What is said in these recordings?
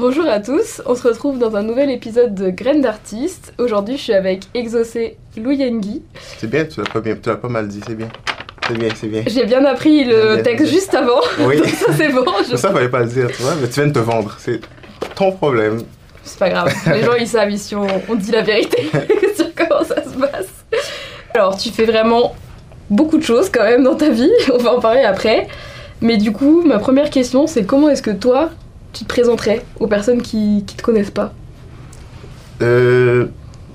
Bonjour à tous, on se retrouve dans un nouvel épisode de Graines d'artistes. Aujourd'hui, je suis avec Exocé Louyengi. C'est bien, tu l'as pas, bien- tu l'as pas mal dit, c'est bien. C'est bien, c'est bien. J'ai bien appris Bien, le bien, texte bien. juste avant, Oui, donc ça c'est bon, je- ça fallait pas le dire, tu vois, mais tu viens de te vendre. C'est ton problème. c'est pas grave. Les gens ils savent ici, on, on dit la vérité sur comment ça se passe. Alors, tu fais vraiment beaucoup de choses quand même dans ta vie, on va en parler après. Mais du coup, ma première question c'est comment est-ce que toi tu te présenterais aux personnes qui, qui te connaissent pas Euh,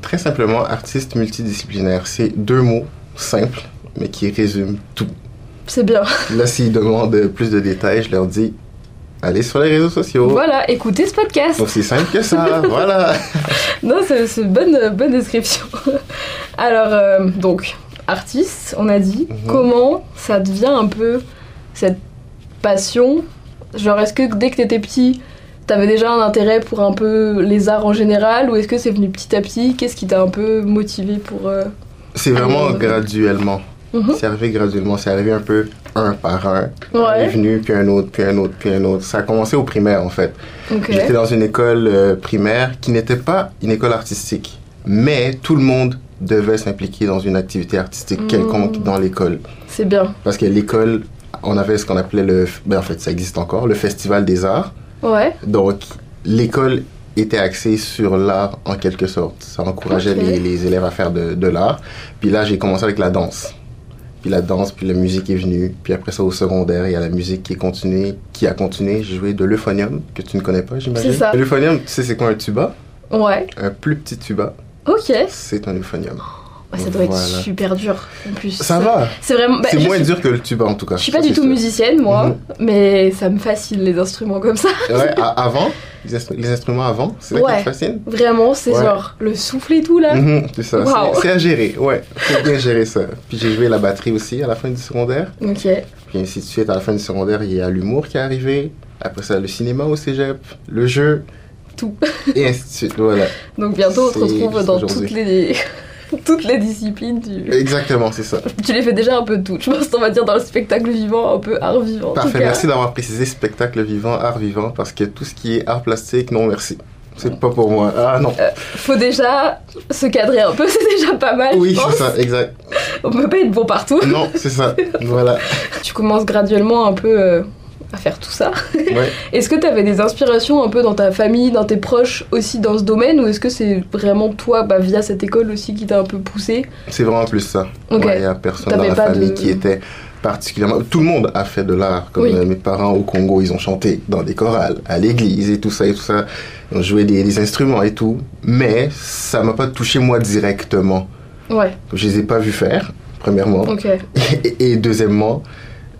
très simplement, artiste multidisciplinaire, c'est deux mots simples, mais qui résument tout. C'est bien. Là, s'ils demandent plus de détails, je leur dis allez sur les réseaux sociaux. Voilà, écoutez ce podcast. Donc c'est simple que ça, voilà. Non, c'est c'est une bonne, euh, bonne description. Alors, euh, donc, artiste, on a dit. Mhm. Comment ça devient un peu cette passion Genre, est-ce que dès que t'étais petit, t'avais déjà un intérêt pour un peu les arts en général Ou est-ce que c'est venu petit à petit Qu'est-ce qui t'a un peu motivé pour... euh, C'est vraiment Allez. graduellement. Mhm. C'est arrivé graduellement, c'est arrivé un peu un par un. Un est Ouais, venu, puis un autre, puis un autre, puis un autre. Ça a commencé au primaire, en fait. ok. J'étais dans une école euh, primaire qui n'était pas une école artistique, mais tout le monde devait s'impliquer dans une activité artistique Mm. quelconque dans l'école. C'est bien. Parce que l'école, on avait ce qu'on appelait le... ben, en fait, ça existe encore, le Festival des Arts. Ouais, Donc, l'école était axée sur l'art en quelque sorte. Ça encourageait Ok. les, les élèves à faire de, de l'art. Puis là, j'ai commencé avec la danse. Puis la danse, puis la musique est venue. Puis après ça, au secondaire, il y a la musique qui est continuée, qui a continué. J'ai joué de l'euphonium, que tu ne connais pas, j'imagine. C'est ça. L'euphonium, tu sais, c'est quoi un tuba ouais, Un plus petit tuba, ok. c'est un euphonium. Ouais, ça doit être Voilà. super dur, en plus. Ça va C'est vraiment... bah, C'est je moins suis- dur que le tuba, en tout cas. Je suis pas Ça, du c'est tout sûr. musicienne, moi, Mhm. mais ça me fascine les instruments comme ça. Ouais, à- avant, les, instru- les instruments avant, c'est ça Ouais. qui te fascine Vraiment, c'est Ouais. genre le souffle et tout là. Mhm, c'est ça. Wow. C'est- C'est à gérer, ouais. Faut bien gérer ça. Puis j'ai joué la batterie aussi à la fin du secondaire. Ok. Puis ainsi de suite, à la fin du secondaire, il y a l'humour qui est arrivé. Après ça, le cinéma au cégep, le jeu. Tout. Et ainsi de suite, voilà. Donc bientôt on se C'est retrouve juste dans aujourd'hui. toutes les toutes les disciplines. Du... Exactement, c'est ça. Tu les fais déjà un peu toutes. Je pense qu'on va dire dans le spectacle vivant, un peu art vivant. en tout Parfait, cas. merci d'avoir précisé spectacle vivant, art vivant, parce que tout ce qui est art plastique, non merci. C'est pas pour moi. Ah non. Faut déjà se cadrer un peu, c'est déjà pas mal. Oui, je pense. c'est ça, exact. On peut pas être bon partout. Non, c'est ça. Voilà. Tu commences graduellement un peu euh, à faire tout ça. Ouais. Est-ce que t'avais des inspirations un peu dans ta famille, dans tes proches aussi dans ce domaine, ou est-ce que c'est vraiment toi, bah, via cette école aussi, qui t'a un peu poussé C'est vraiment plus ça. Ok. Ouais, Il n'y a personne dans T'avais la pas famille de- qui était particulièrement. Tout le monde a fait de l'art. Comme Oui. euh, mes parents au Congo, ils ont chanté dans des chorales, à l'église et tout ça et tout ça. Ils ont joué des, des instruments et tout. Mais ça m'a pas touché moi directement. Ouais, Je les ai pas vus faire, premièrement. ok. Et, et deuxièmement,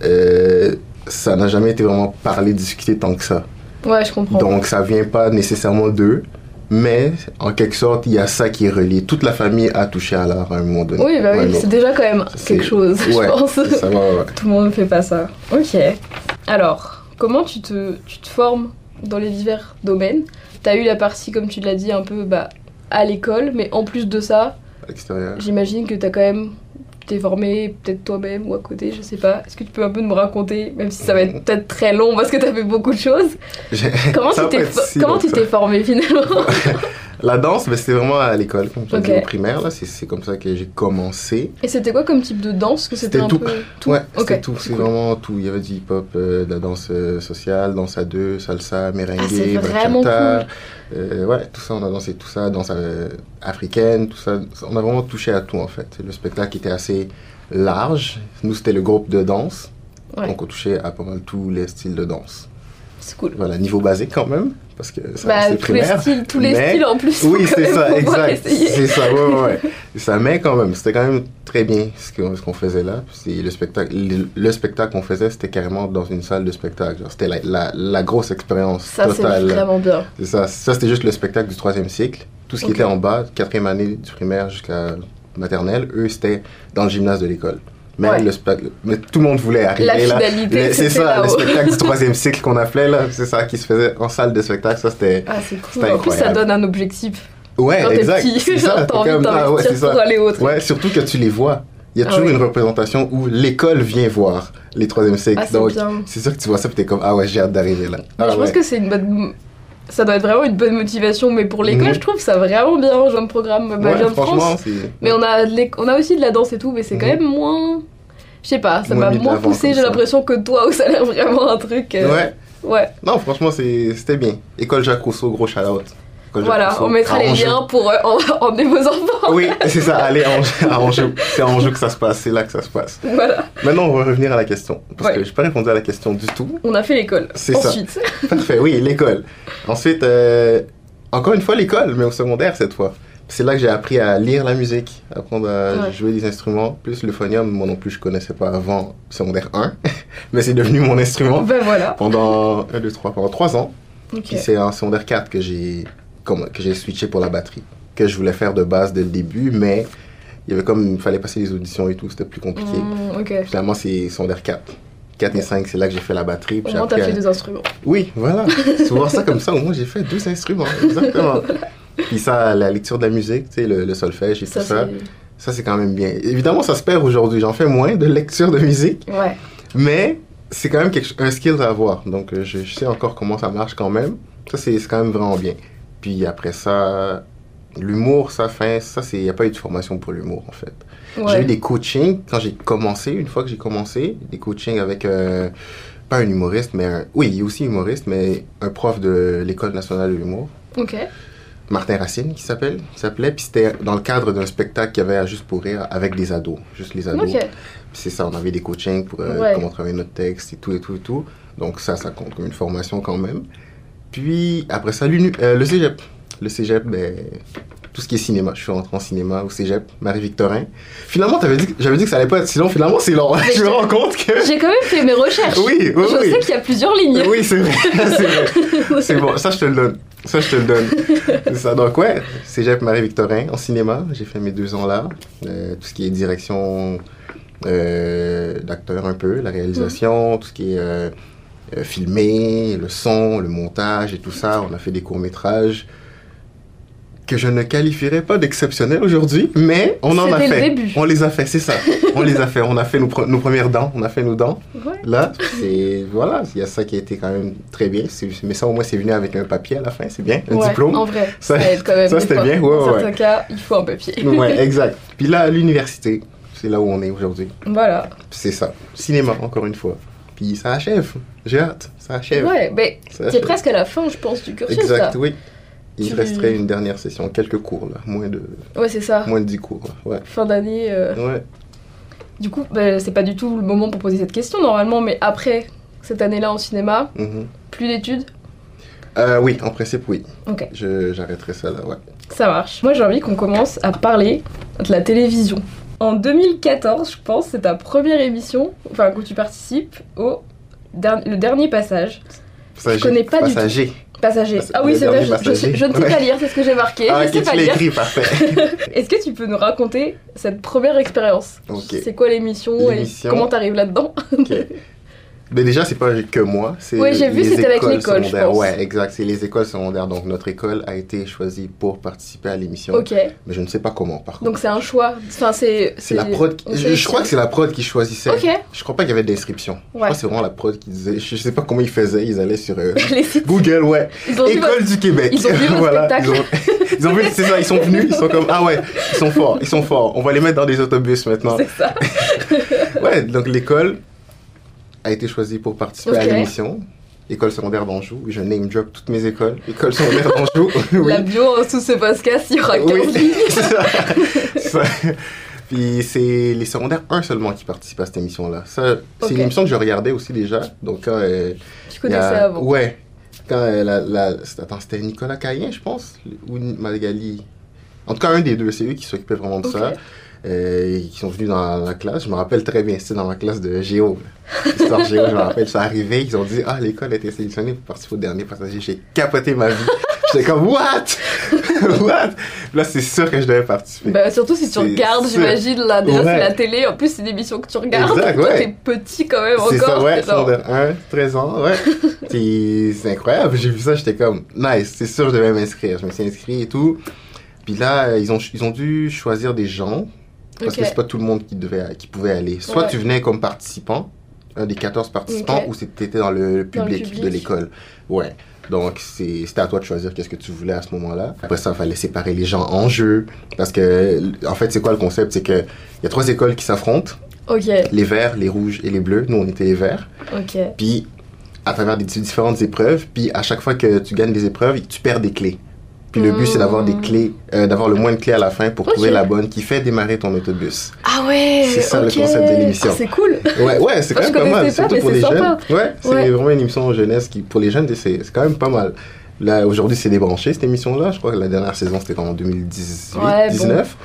euh, ça n'a jamais été vraiment parlé, discuté tant que ça. Ouais, je comprends. Donc ça vient pas nécessairement d'eux. Mais en quelque sorte, il y a ça qui est relié. Toute la famille a touché à l'art à un moment donné. Oui, bah Ouais, oui, non. c'est déjà quand même C'est- quelque chose, Ouais, je pense. c'est ça, ouais, ouais. Tout le monde ne fait pas ça. Ok. Alors, comment tu te, tu te formes dans les divers domaines T'as eu la partie, comme tu l'as dit, un peu bah, à l'école, mais en plus de ça, À l'extérieur. j'imagine que t'as quand même. T'es formé peut-être toi-même ou à côté, je sais pas. Est-ce que tu peux un peu nous raconter, même si ça va être peut-être très long parce que t'as fait beaucoup de choses J'ai- Comment tu Ça va t'es pas être si comment long, tu ça. t'es formé finalement La danse, mais c'était vraiment à l'école, comme je Ok. dit, au primaire. Là, c'est, c'est comme ça que j'ai commencé. Et c'était quoi comme type de danse Que c'était C'était un tout. peu ouais, Ok, c'était tout. c'est C'est cool. vraiment tout. Il y avait du hip-hop, euh, de la danse euh, sociale, danse à deux, salsa, merengue, Ah, c'est vraiment bachata. Euh, ouais, tout ça, on a dansé tout ça, danse euh, africaine, tout ça. On a vraiment touché à tout, en fait. Le spectacle était assez large. Nous, c'était le groupe de danse. Ouais. Donc, on touchait à pas mal tous les styles de danse. C'est cool. Voilà, niveau basique quand même, parce que ça, Bah, c'est tous les primaire. styles, tous les mais- styles en plus. faut Oui, quand c'est même ça, pouvoir exact. essayer. C'est ça, ouais, ouais, ouais. Ça, mais quand même, c'était quand même très bien ce qu'on ce qu'on faisait là. Puis c'est le spectacle, le, le spectacle qu'on faisait, c'était carrément dans une salle de spectacle. Genre, C'était la, la, la grosse expérience Ça, c'est totale. vraiment bien. C'est ça, ça c'était juste le spectacle du troisième cycle. Tout ce qui Ok. était en bas, quatrième année du primaire jusqu'à maternelle, eux, c'était dans le gymnase de l'école. Mais, Ouais. le spectacle- mais tout le monde voulait arriver La là. finalité, Le- c'était C'est ça, le là-haut. spectacle du troisième cycle qu'on appelait là, c'est ça qui se faisait en salle de spectacle. Ça, c'était Ah, c'est cool. C'était En plus, ça incroyable. donne un objectif. Ouais, Quand t'es exact. C'est petit, ça, genre, t'es t'as envie de comme, ah t'investir ouais, c'est ça. pour aller autre. Ouais, surtout que tu les vois. Il y a Ah toujours ouais. une représentation où l'école vient voir les troisième cycles. Ah, c'est Donc, bien. c'est sûr que tu vois ça, puis t'es comme, ah ouais, j'ai hâte d'arriver là. Mais Ah je pense ouais. que c'est une bonne ça doit être vraiment une bonne motivation. Mais pour l'école, Mhm. je trouve ça vraiment bien. Jeune programme, bah, Ouais, Jeune franchement, France. c'est. Mais on a, de l'éc- on a aussi de la danse et tout, mais c'est quand Mhm. même moins. Je sais pas, ça Moins m'a mis de moins l'avant poussé. comme J'ai ça. l'impression que toi, où ça a l'air vraiment un truc. euh, Ouais. ouais. Non, franchement, c'est- c'était bien. École Jacques Rousseau, gros shout-out. École Jacques Voilà, Rousseau, on mettra à les Angers. liens pour euh, en- emmener vos enfants. Oui, c'est ça, allez à Angers. à Angers. C'est à Angers que ça se passe, c'est là que ça se passe. Voilà, Maintenant, on va revenir à la question. Parce Ouais. que je n'ai pas répondu à la question du tout. on a fait l'école. C'est ça. Ensuite, Parfait, oui, l'école. Ensuite, euh, encore une fois, l'école, mais au secondaire cette fois. C'est là que j'ai appris à lire la musique, apprendre à Ouais. jouer des instruments, plus le phonium, moi non plus, je connaissais pas avant secondaire 1, mais c'est devenu mon instrument ben voilà. pendant 1, 2, 3, pendant 3 ans. Ok. Puis c'est en secondaire 4 que j'ai comme- que j'ai switché pour la batterie, que je voulais faire de base dès le début, mais il y avait comme il fallait passer les auditions et tout, c'était plus compliqué. Hmm, ok. Finalement, c'est secondaire 4. 4 et 5, c'est là que j'ai fait la batterie. Au puis j'ai moins, t'as appris à- fait des instruments. Oui, voilà. Souvent ça comme ça, au moins j'ai fait deux instruments, exactement. Puis ça, la lecture de la musique, tu sais, le, le solfège et Ça, tout ça, c'est. ça c'est quand même bien. Évidemment, ça se perd aujourd'hui, j'en fais moins de lecture de musique, Ouais. mais c'est quand même quelque, un skill à avoir. Donc euh, je, je sais encore comment ça marche quand même. Ça, c'est c'est quand même vraiment bien. Puis après ça, l'humour, ça, fin, ça, il n'y a pas eu de formation pour l'humour en fait. J'ai eu Ouais. des coachings quand j'ai commencé, une fois que j'ai commencé, des coachings avec, euh, pas un humoriste, mais un, oui, il est aussi humoriste, mais un prof de l'École nationale de l'humour, Ok. Martin Racine, qui s'appelle, qui s'appelait, puis c'était dans le cadre d'un spectacle qu'il y avait à Juste pour Rire avec des ados, juste les ados. Ok. Puis c'est ça, on avait des coachings pour euh, Ouais. comment travailler notre texte et tout et tout et tout. Donc ça, ça compte comme une formation quand même. Puis après ça, l'uni- euh, le cégep. Le cégep, ben, tout ce qui est cinéma. Je suis rentré en cinéma au cégep, Marie-Victorin. Finalement, t'avais dit que- j'avais dit que ça allait pas être si long. Finalement, c'est long. Mais je me je- rends compte que. J'ai quand même fait mes recherches. Oui, oui, Je oui. sais qu'il y a plusieurs lignes. Oui, c'est vrai. c'est vrai. C'est bon, ça je te le donne. Ça je te le donne. C'est ça. Donc ouais, Cégep Marie-Victorin en cinéma, j'ai fait mes deux ans là. Euh, tout ce qui est direction euh, d'acteur un peu, la réalisation, Mm. tout ce qui est euh, euh, filmé, le son, le montage et tout ça. On a fait des courts-métrages que je ne qualifierais pas d'exceptionnels aujourd'hui, mais on en a C'était le fait. début. On les a fait, c'est ça. On les a fait. On a fait nos pre- nos premières dents, on a fait nos dents. Ouais. Là, c'est. Voilà, il y a ça qui a été quand même très bien. C'est- Mais ça, au moins, c'est venu avec un papier à la fin, c'est bien. Un Ouais, diplôme. En vrai, Ça- ça, aide quand même. ça, des c'était fois. bien, ouais, Dans ouais, certains cas, il faut un papier. Ouais, exact. Puis là, à l'université, c'est là où on est aujourd'hui. Voilà. C'est ça. Cinéma, encore une fois. Puis ça achève. J'ai hâte. Ça achève. Ouais, mais Ça t'es achève. presque à la fin, je pense, du cursus, Exact, oui. Il Tu- resterait une dernière session, quelques cours, là. Moins de, là. Ouais, c'est ça. moins de 10 cours. là. Ouais. Fin d'année. euh, Ouais. Du coup, bah, c'est pas du tout le moment pour poser cette question normalement, mais après cette année-là en cinéma, mhm. plus d'études, Euh, oui, en principe, oui. Ok. Je- J'arrêterai ça là, ouais. ça marche. Moi, j'ai envie qu'on commence à parler de la télévision. En 2014, je pense, c'est ta première émission, enfin, où tu participes au der- le dernier passage. Passager. connais pas du tout. Passager. Passager. Pass- Ah oui, le c'est vrai, dernier je, je- passager. je ne sais pas Ouais. lire, c'est ce que j'ai marqué. Ah, je sais ok, pas tu l'as lire. écrit, parfait. Est-ce que tu peux nous raconter cette première expérience Ok. C'est quoi l'émission et L'émission. comment t'arrives là-dedans Ok. Mais déjà, c'est pas que moi, c'est Ouais, j'ai vu, les c'était avec écoles l'école, je secondaires. pense. Ouais, exact, c'est les écoles secondaires. Donc notre école a été choisie pour participer à l'émission, Ok. mais je ne sais pas comment. Par contre, Donc c'est un choix. Enfin, c'est. c'est la prod. qui- on Je, sait- je crois que c'est la prod qui choisissait. Ok. Je crois pas qu'il y avait d'inscription. Je Ouais. crois que c'est vraiment la prod qui disait. Je sais pas comment ils faisaient. Ils allaient sur euh, Les sites, Google, ouais. ils ont dit, École du Québec. ils ont vu votre Ils ont, ils ont vu, c'est ça, ils sont venus, ils sont comme, ah ouais, ils sont forts, ils sont forts. On va les mettre dans des autobus maintenant. C'est ça. Ouais, donc l'école a été choisie pour participer à Ok. l'émission. École secondaire d'Anjou. Je name drop toutes mes écoles. École secondaire d'Anjou. oui. La bio en dessous de ce podcast, il y aura 15 oui. lignes. c'est ça. C'est ça. Puis c'est les secondaires 1 seulement qui participent à cette émission-là. Ça, c'est Ok. une émission que je regardais aussi déjà. Donc quand. euh, Tu il y connaissais a- avant. Ouais. Quand euh, la, la- c'est- Attends, c'était Nicolas Cayen, je pense, ou Magali. En tout cas, un des deux, c'est eux qui s'occupaient vraiment de Ok. ça. Euh, et qui sont venus dans la classe. Je me rappelle très bien, c'était dans ma classe de géo. Histoire géo, je me rappelle. Je suis arrivé, ils ont dit Ah, l'école a été sélectionnée pour participer au dernier passager. J'ai capoté ma vie. J'étais comme What What Là, c'est sûr que je devais participer. Bah, surtout si tu C'est regardes, ça. j'imagine, là, déjà c'est Ouais. la télé, en plus c'est des émissions que tu regardes, Exact, toi ouais. t'es petit quand même C'est ça, encore. ouais, genre. secondaire 1, 13 ans, ouais. Puis c'est incroyable, j'ai vu ça, j'étais comme, nice, c'est sûr, je devais m'inscrire. Je me suis inscrit et tout. Puis là, euh, ils ont, ils ont dû choisir des gens, parce Ok. que c'est pas tout le monde qui, devait, qui pouvait aller. Soit Ouais. tu venais comme participant, un des 14 participants, Ok. ou c'était- t'étais dans le Dans le public, public. de l'école. Ouais. Donc, c'est- c'était à toi de choisir qu'est-ce que tu voulais à ce moment-là. Après ça, il fallait séparer les gens en jeu. Parce que, en fait, c'est quoi le concept? C'est qu'il y a trois écoles qui s'affrontent. Ok, Les verts, les rouges et les bleus. Nous, on était les verts. ok. Puis, à travers des différentes épreuves, puis à chaque fois que tu gagnes des épreuves, tu perds des clés. Puis le but, c'est d'avoir des Mm. clés, euh, d'avoir le moins de clés à la fin pour Ok. trouver la bonne qui fait démarrer ton autobus. Ah ouais C'est ça, le ok. concept de l'émission. Ah, c'est cool Ouais, ouais, c'est quand Ah, je même pas mal, connaissais pas, surtout mais pour c'est les sympa. jeunes. Ouais, c'est Ouais. vraiment une émission jeunesse qui, pour les jeunes, c'est c'est quand même pas mal. Là, aujourd'hui, c'est débranché cette émission-là. Je crois que la dernière saison, c'était en 2018, Ouais, bon. 19.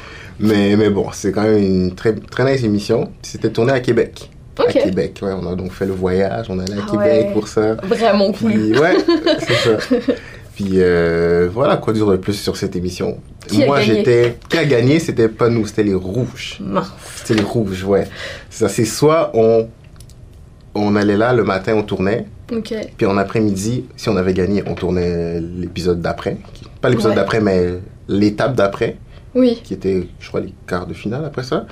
Mais, mais bon, c'est quand même une très, très nice émission. Puis C'était tourné à Québec. Ok, À Québec, ouais, on a donc fait le voyage, on est allé à Ah Québec ouais. pour ça. vraiment cool. Puis, ouais, c'est ça. Puis euh, voilà, quoi dire de plus sur cette émission Qui a Moi, gagné j'étais. Qui a gagné C'était pas nous, c'était les rouges. Mince. C'était les rouges, ouais. C'est ça, c'est soit on, on allait là le matin, on tournait, Ok, puis en après-midi, si on avait gagné, on tournait l'épisode d'après. qui- Pas l'épisode Ouais. d'après, mais l'étape d'après, oui. qui était, je crois, les quarts de finale après ça.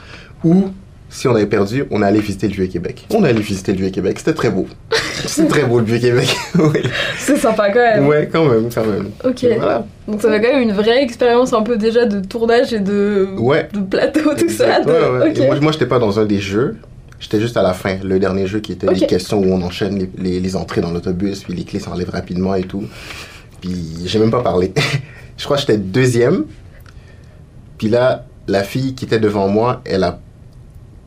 Ou si on avait perdu, on allait visiter le Vieux-Québec. On allait visiter le Vieux-Québec, c'était très beau. c'était très beau le Vieux-Québec. oui. C'est sympa quand même. Ouais, quand même, quand même. Euh, Ok, Et Voilà. donc ça fait quand même une vraie expérience un peu déjà de tournage et de, Ouais. de plateau, tout ça. Exact. de- Ouais, ouais. ok. Et moi, moi, j'étais pas dans un des jeux. J'étais juste à la fin, le dernier jeu qui était Ok. les questions où on enchaîne les, les- les entrées dans l'autobus, puis les clés s'enlèvent rapidement et tout. Puis j'ai même pas parlé. je crois que j'étais deuxième. Puis là, la fille qui était devant moi, elle a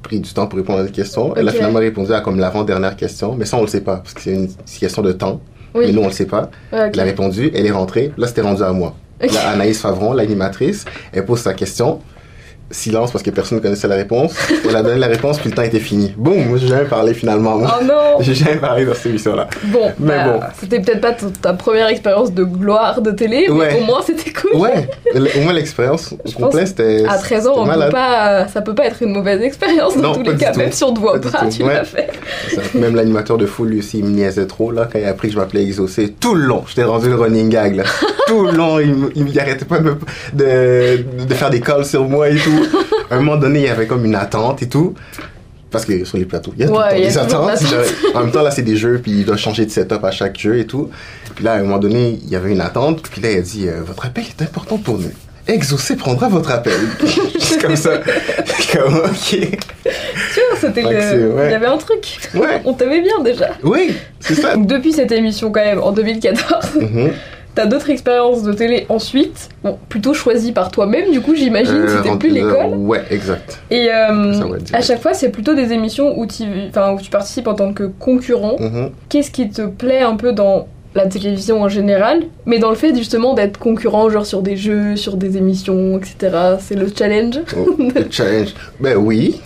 pris du temps pour répondre à des questions. Elle a Ok. finalement répondu à comme l'avant-dernière question, mais ça on le sait pas, parce que c'est une question de temps, mais Oui, nous on le sait pas. ouais, ok. Elle a répondu, elle est rentrée. Là, c'était rendu à moi. Ok. Là, Anaïs Favron, l'animatrice, elle pose sa question. Silence parce que personne ne connaissait la réponse. Elle a donné la réponse, puis le temps était fini. Boum, moi, j'ai jamais parlé finalement. Moi, Oh non j'ai jamais parlé dans cette émission-là. Bon, Mais bah, bon. c'était peut-être pas ton- ta première expérience de gloire de télé, mais Ouais. au moins c'était cool. Ouais, le- au moins l'expérience au Je complet, c'était. À 13 ans, c'était on peut malade. pas, ça peut pas être une mauvaise expérience dans Non, tous pas les du cas, tout. même si on te voit Pas pas, du tout, tu ouais. l'as fait. Même l'animateur de foule, lui aussi, il me niaisait trop, là, quand il a appris que je m'appelais Exaucé. Tout le long, j'étais rendu le running gag, là. Tout le long, il, me- il arrêtait pas de, me- de, de faire des calls sur moi et tout. À un moment donné, il y avait comme une attente et tout. Parce que sur les plateaux, il y a tout le Ouais, temps il y a des toujours de attentes. l'attente. Genre, en même temps, là, c'est des jeux, puis il doit changer de setup à chaque jeu et tout. Puis là, à un moment donné, il y avait une attente, puis là, il a dit euh, Votre appel est important pour nous. Exaucé prendra votre appel. Juste comme ça. comme, ok. Tu vois, c'était Ouais, c'est- le... ouais. Il y avait un truc. Ouais, On t'aimait bien déjà. oui, c'est ça. Donc, depuis cette émission, quand même, en 2014, Mhm. t'as d'autres expériences de télé ensuite, bon, plutôt choisies par toi-même, du coup, j'imagine, Euh, c'était rend- plus l'école. euh, ouais, exact. Et euh, Ça, ouais, direct. à chaque fois, c'est plutôt des émissions où, tu- enfin, où tu participes en tant que concurrent. Mhm. Qu'est-ce qui te plaît un peu dans la télévision en général, mais dans le fait justement d'être concurrent, genre sur des jeux, sur des émissions, etc. C'est le challenge. Oh, le challenge. Ben oui,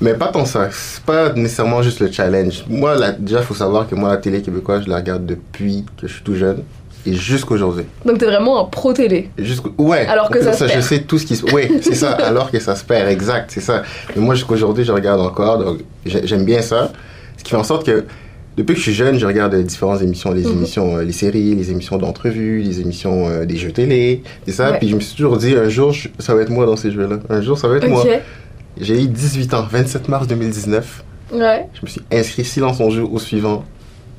mais pas tant ça. C'est pas nécessairement juste le challenge. Moi, la- déjà, il faut savoir que moi, la télé québécoise, je la regarde depuis que je suis tout jeune et jusqu'aujourd'hui. Donc t'es vraiment un pro télé. Jusqu'au- Ouais. Alors que ça se je perd. sais tout ce qui se. Oui, c'est ça. Alors que ça se perd, exact, c'est ça. Mais moi, jusqu'aujourd'hui, je regarde encore. Donc, j'ai- j'aime bien ça. Ce qui fait en sorte que depuis que je suis jeune, je regarde euh, différentes émissions, les Mhm. émissions, euh, les séries, les émissions d'entrevues, les émissions euh, des jeux télé, et ça. Ouais. Puis je me suis toujours dit, un jour, je- ça va être moi dans ces jeux-là. Un jour, ça va être moi. Ok. J'ai eu 18 ans, 27 mars 2019. Ouais. Je me suis inscrit silence on joue au suivant.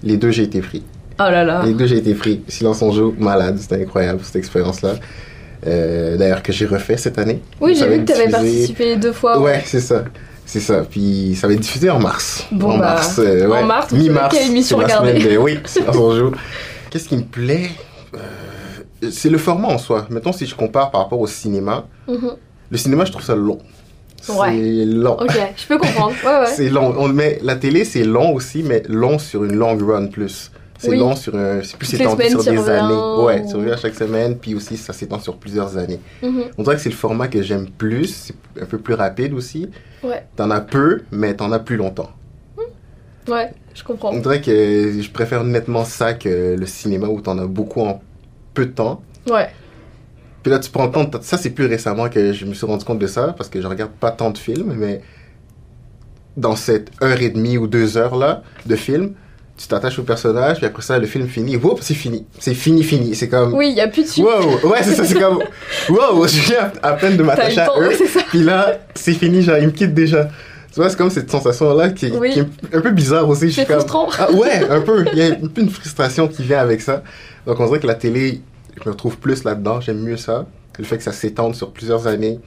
Les deux, j'ai été pris. Oh là là. Les deux, j'ai été pris. Silence on joue, malade. C'était incroyable cette expérience-là. Euh, D'ailleurs, que j'ai refait cette année. Oui, Ça j'ai va vu que être t'avais diffusé- participé les deux fois. Ouais, c'est ça. C'est ça. Puis ça va être diffusé en mars. Bon, en bah, mars. euh, en ouais. mars, vous savez Mi-mars. quelle émission c'est la regarder. semaine de- Oui, silence on joue. Qu'est-ce qui me plaît Euh, C'est le format en soi. Mettons, si je compare par rapport au cinéma, Mhm. le cinéma, je trouve ça long. Ouais. C'est long. Ok, je peux comprendre. Ouais, ouais. C'est long. On, mais la télé, c'est long aussi, mais long sur une longue run plus. C'est Oui. long sur un. C'est plus Toutes les étendu semaines, sur tu des reviens années. Ouais, ou- tu reviens chaque semaine, puis aussi ça s'étend sur plusieurs années. Mhm. On dirait que c'est le format que j'aime plus, c'est un peu plus rapide aussi. Ouais. T'en as peu, mais t'en as plus longtemps. Ouais, je comprends. On dirait que je préfère nettement ça que le cinéma où t'en as beaucoup en peu de temps. Ouais. Puis là, tu prends le temps. de- Ça, c'est plus récemment que je me suis rendu compte de ça, parce que je regarde pas tant de films, mais dans cette heure et demie ou deux heures là de film, tu t'attaches au personnage, puis après ça, le film finit. Whoop, c'est fini. C'est fini, fini. C'est comme. Oui, il y a plus de suite. Wow, ouais, c'est ça, c'est comme. Wow, je viens à peine T'as de eu m'attacher le à temps, eux. ouais, c'est ça. Puis là, c'est fini, genre, ils me quittent déjà. Tu vois, c'est comme cette sensation-là qui, est- Oui. qui est un peu bizarre aussi. Je C'est suis comme- frustrant. Ah ouais, un peu. Il y a un peu une frustration qui vient avec ça. Donc on dirait que la télé, je me retrouve plus là-dedans. J'aime mieux ça. Le fait que ça s'étende sur plusieurs années.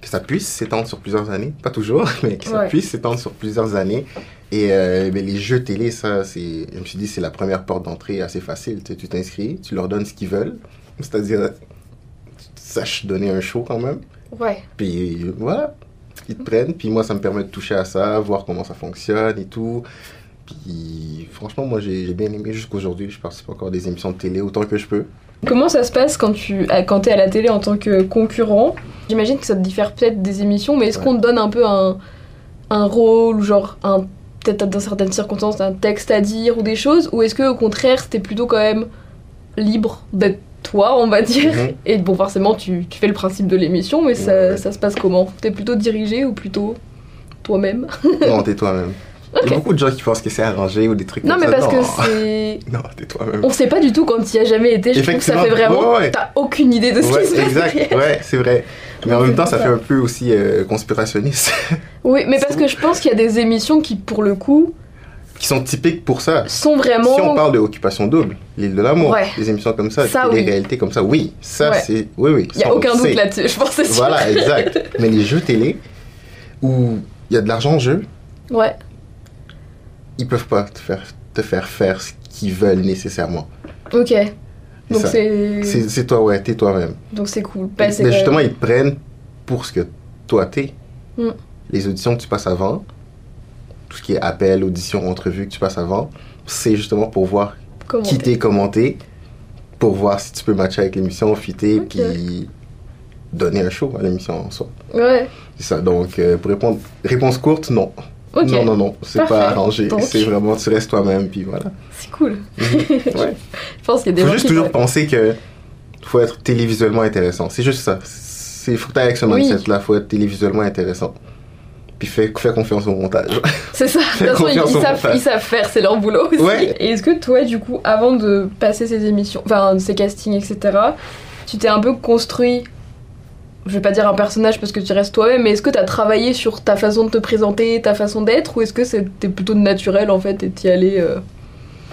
Que ça puisse s'étendre sur plusieurs années. Pas toujours, mais que ça Ouais. puisse s'étendre sur plusieurs années. Et euh, ben, les jeux télé, ça, c'est, je me suis dit, c'est la première porte d'entrée assez facile. Tu sais, tu t'inscris, tu leur donnes ce qu'ils veulent. C'est-à-dire, tu saches donner un show quand même. Ouais. Puis euh, voilà, ils te prennent. Puis moi, ça me permet de toucher à ça, voir comment ça fonctionne et tout. Puis franchement, moi, j'ai j'ai bien aimé jusqu'aujourd'hui. Je participe encore à des émissions de télé autant que je peux. Comment ça se passe quand tu à- quand t'es à la télé en tant que concurrent J'imagine que ça te diffère peut-être des émissions, mais est-ce Ouais. qu'on te donne un peu un, un rôle ou genre un peut-être dans certaines circonstances un texte à dire ou des choses ou est-ce que au contraire c'était plutôt quand même libre d'être toi on va dire Mhm. et bon forcément tu, tu fais le principe de l'émission mais ça, Ouais. ça se passe comment T'es plutôt dirigé ou plutôt toi-même Non, t'es toi-même. Il Ok. y a beaucoup de gens qui pensent que c'est arrangé ou des trucs Non comme mais ça. parce que c'est que Non, t'es toi-même. on sait pas du tout quand il y a jamais été je trouve que ça Effectivement. fait vraiment Ouais, ouais. t'as aucune idée de ce Ouais, qui se passe derrière. exact, ouais, c'est vrai. Mais en Donc, même temps, c'est ça pour fait un peu aussi euh, conspirationniste, Oui, mais parce que je pense qu'il y a des émissions qui, pour le coup, qui sont typiques pour ça. sont vraiment. Si on parle de Occupation Double, l'île de l'amour, Ouais. des émissions comme ça, Ça, des oui. réalités comme ça, oui, ça Ouais. c'est. Oui, oui. Il n'y a ça, on aucun le doute sait. là-dessus, je pense que c'est sûr. Voilà, exact. Mais les jeux télé, où il y a de l'argent en jeu, Ouais, ils peuvent pas te faire, te faire faire ce qu'ils veulent nécessairement. ok. C'est Donc ça. c'est. C'est c'est toi, ouais, t'es toi-même. Donc c'est cool. Bah, Mm. c'est Mais quand justement, même- ils te prennent pour ce que toi t'es. Mm. Les auditions que tu passes avant, tout ce qui est appel, audition, entrevue que tu passes avant, c'est justement pour voir Comment qui t'est commenté, pour voir si tu peux matcher avec l'émission, fitter, Ok. puis donner un show à l'émission en soi. Ouais, C'est ça. Donc, euh, pour répondre, réponse courte, non. ok. Non, non, non, c'est Parfait. pas arrangé. Donc. C'est vraiment, tu restes toi-même, puis voilà. C'est cool. Mhm. Ouais. Je pense qu'il y a des Faut gens juste qui- toujours penser que faut être télévisuellement intéressant. C'est juste ça. C'est faut que t'ailles avec ce Oui. mindset-là. Faut être télévisuellement intéressant. Puis fais, fais confiance au montage. C'est ça. De toute façon, ils, confiance ils au savent, montage. ils savent faire, c'est leur boulot aussi. Ouais. Et est-ce que toi, du coup, avant de passer ces émissions, enfin ces castings, etc., tu t'es un peu construit, je vais pas dire un personnage parce que tu restes toi-même, mais est-ce que t'as travaillé sur ta façon de te présenter, ta façon d'être, ou est-ce que c'était plutôt naturel en fait et t'y allais euh,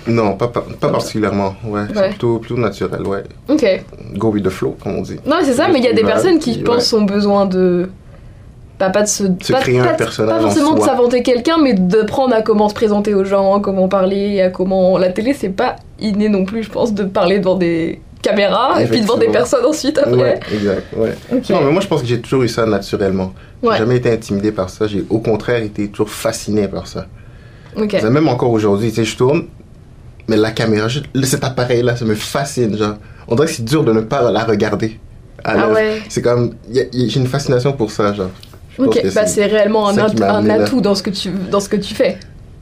non, pas, pas, pas particulièrement. Ouais, c'est Ouais. plutôt, plutôt naturel. Ouais. Ok. Go with the flow, comme on dit. Non, mais c'est ça, mais il y a des Voilà, personnes qui, puis, je pense, ont besoin de. Bah, pas de se. Se pas, créer un pas de- personnage Pas en forcément de soi. s'inventer quelqu'un, mais d'apprendre à comment se présenter aux gens, comment parler, à comment. La télé, c'est pas inné non plus, je pense, de parler devant des caméras et puis devant des Effectivement. personnes ensuite après. Ouais, exact. Ouais. Ok. Non, mais moi, je pense que j'ai toujours eu ça naturellement. J'ai Ouais. jamais été intimidé par ça. J'ai au contraire été toujours fasciné par ça. Ok. Ça, Même encore aujourd'hui, tu sais, je tourne, mais la caméra, je- cet appareil-là, ça me fascine, genre. On dirait que c'est dur de ne pas la regarder. à Ah l'œuvre. ouais. C'est comme, y a- y- j'ai une fascination pour ça, genre. Je pense Ok, que bah c'est réellement un, ça at- qui m'a un amené là. atout dans ce, que tu, dans ce que tu fais.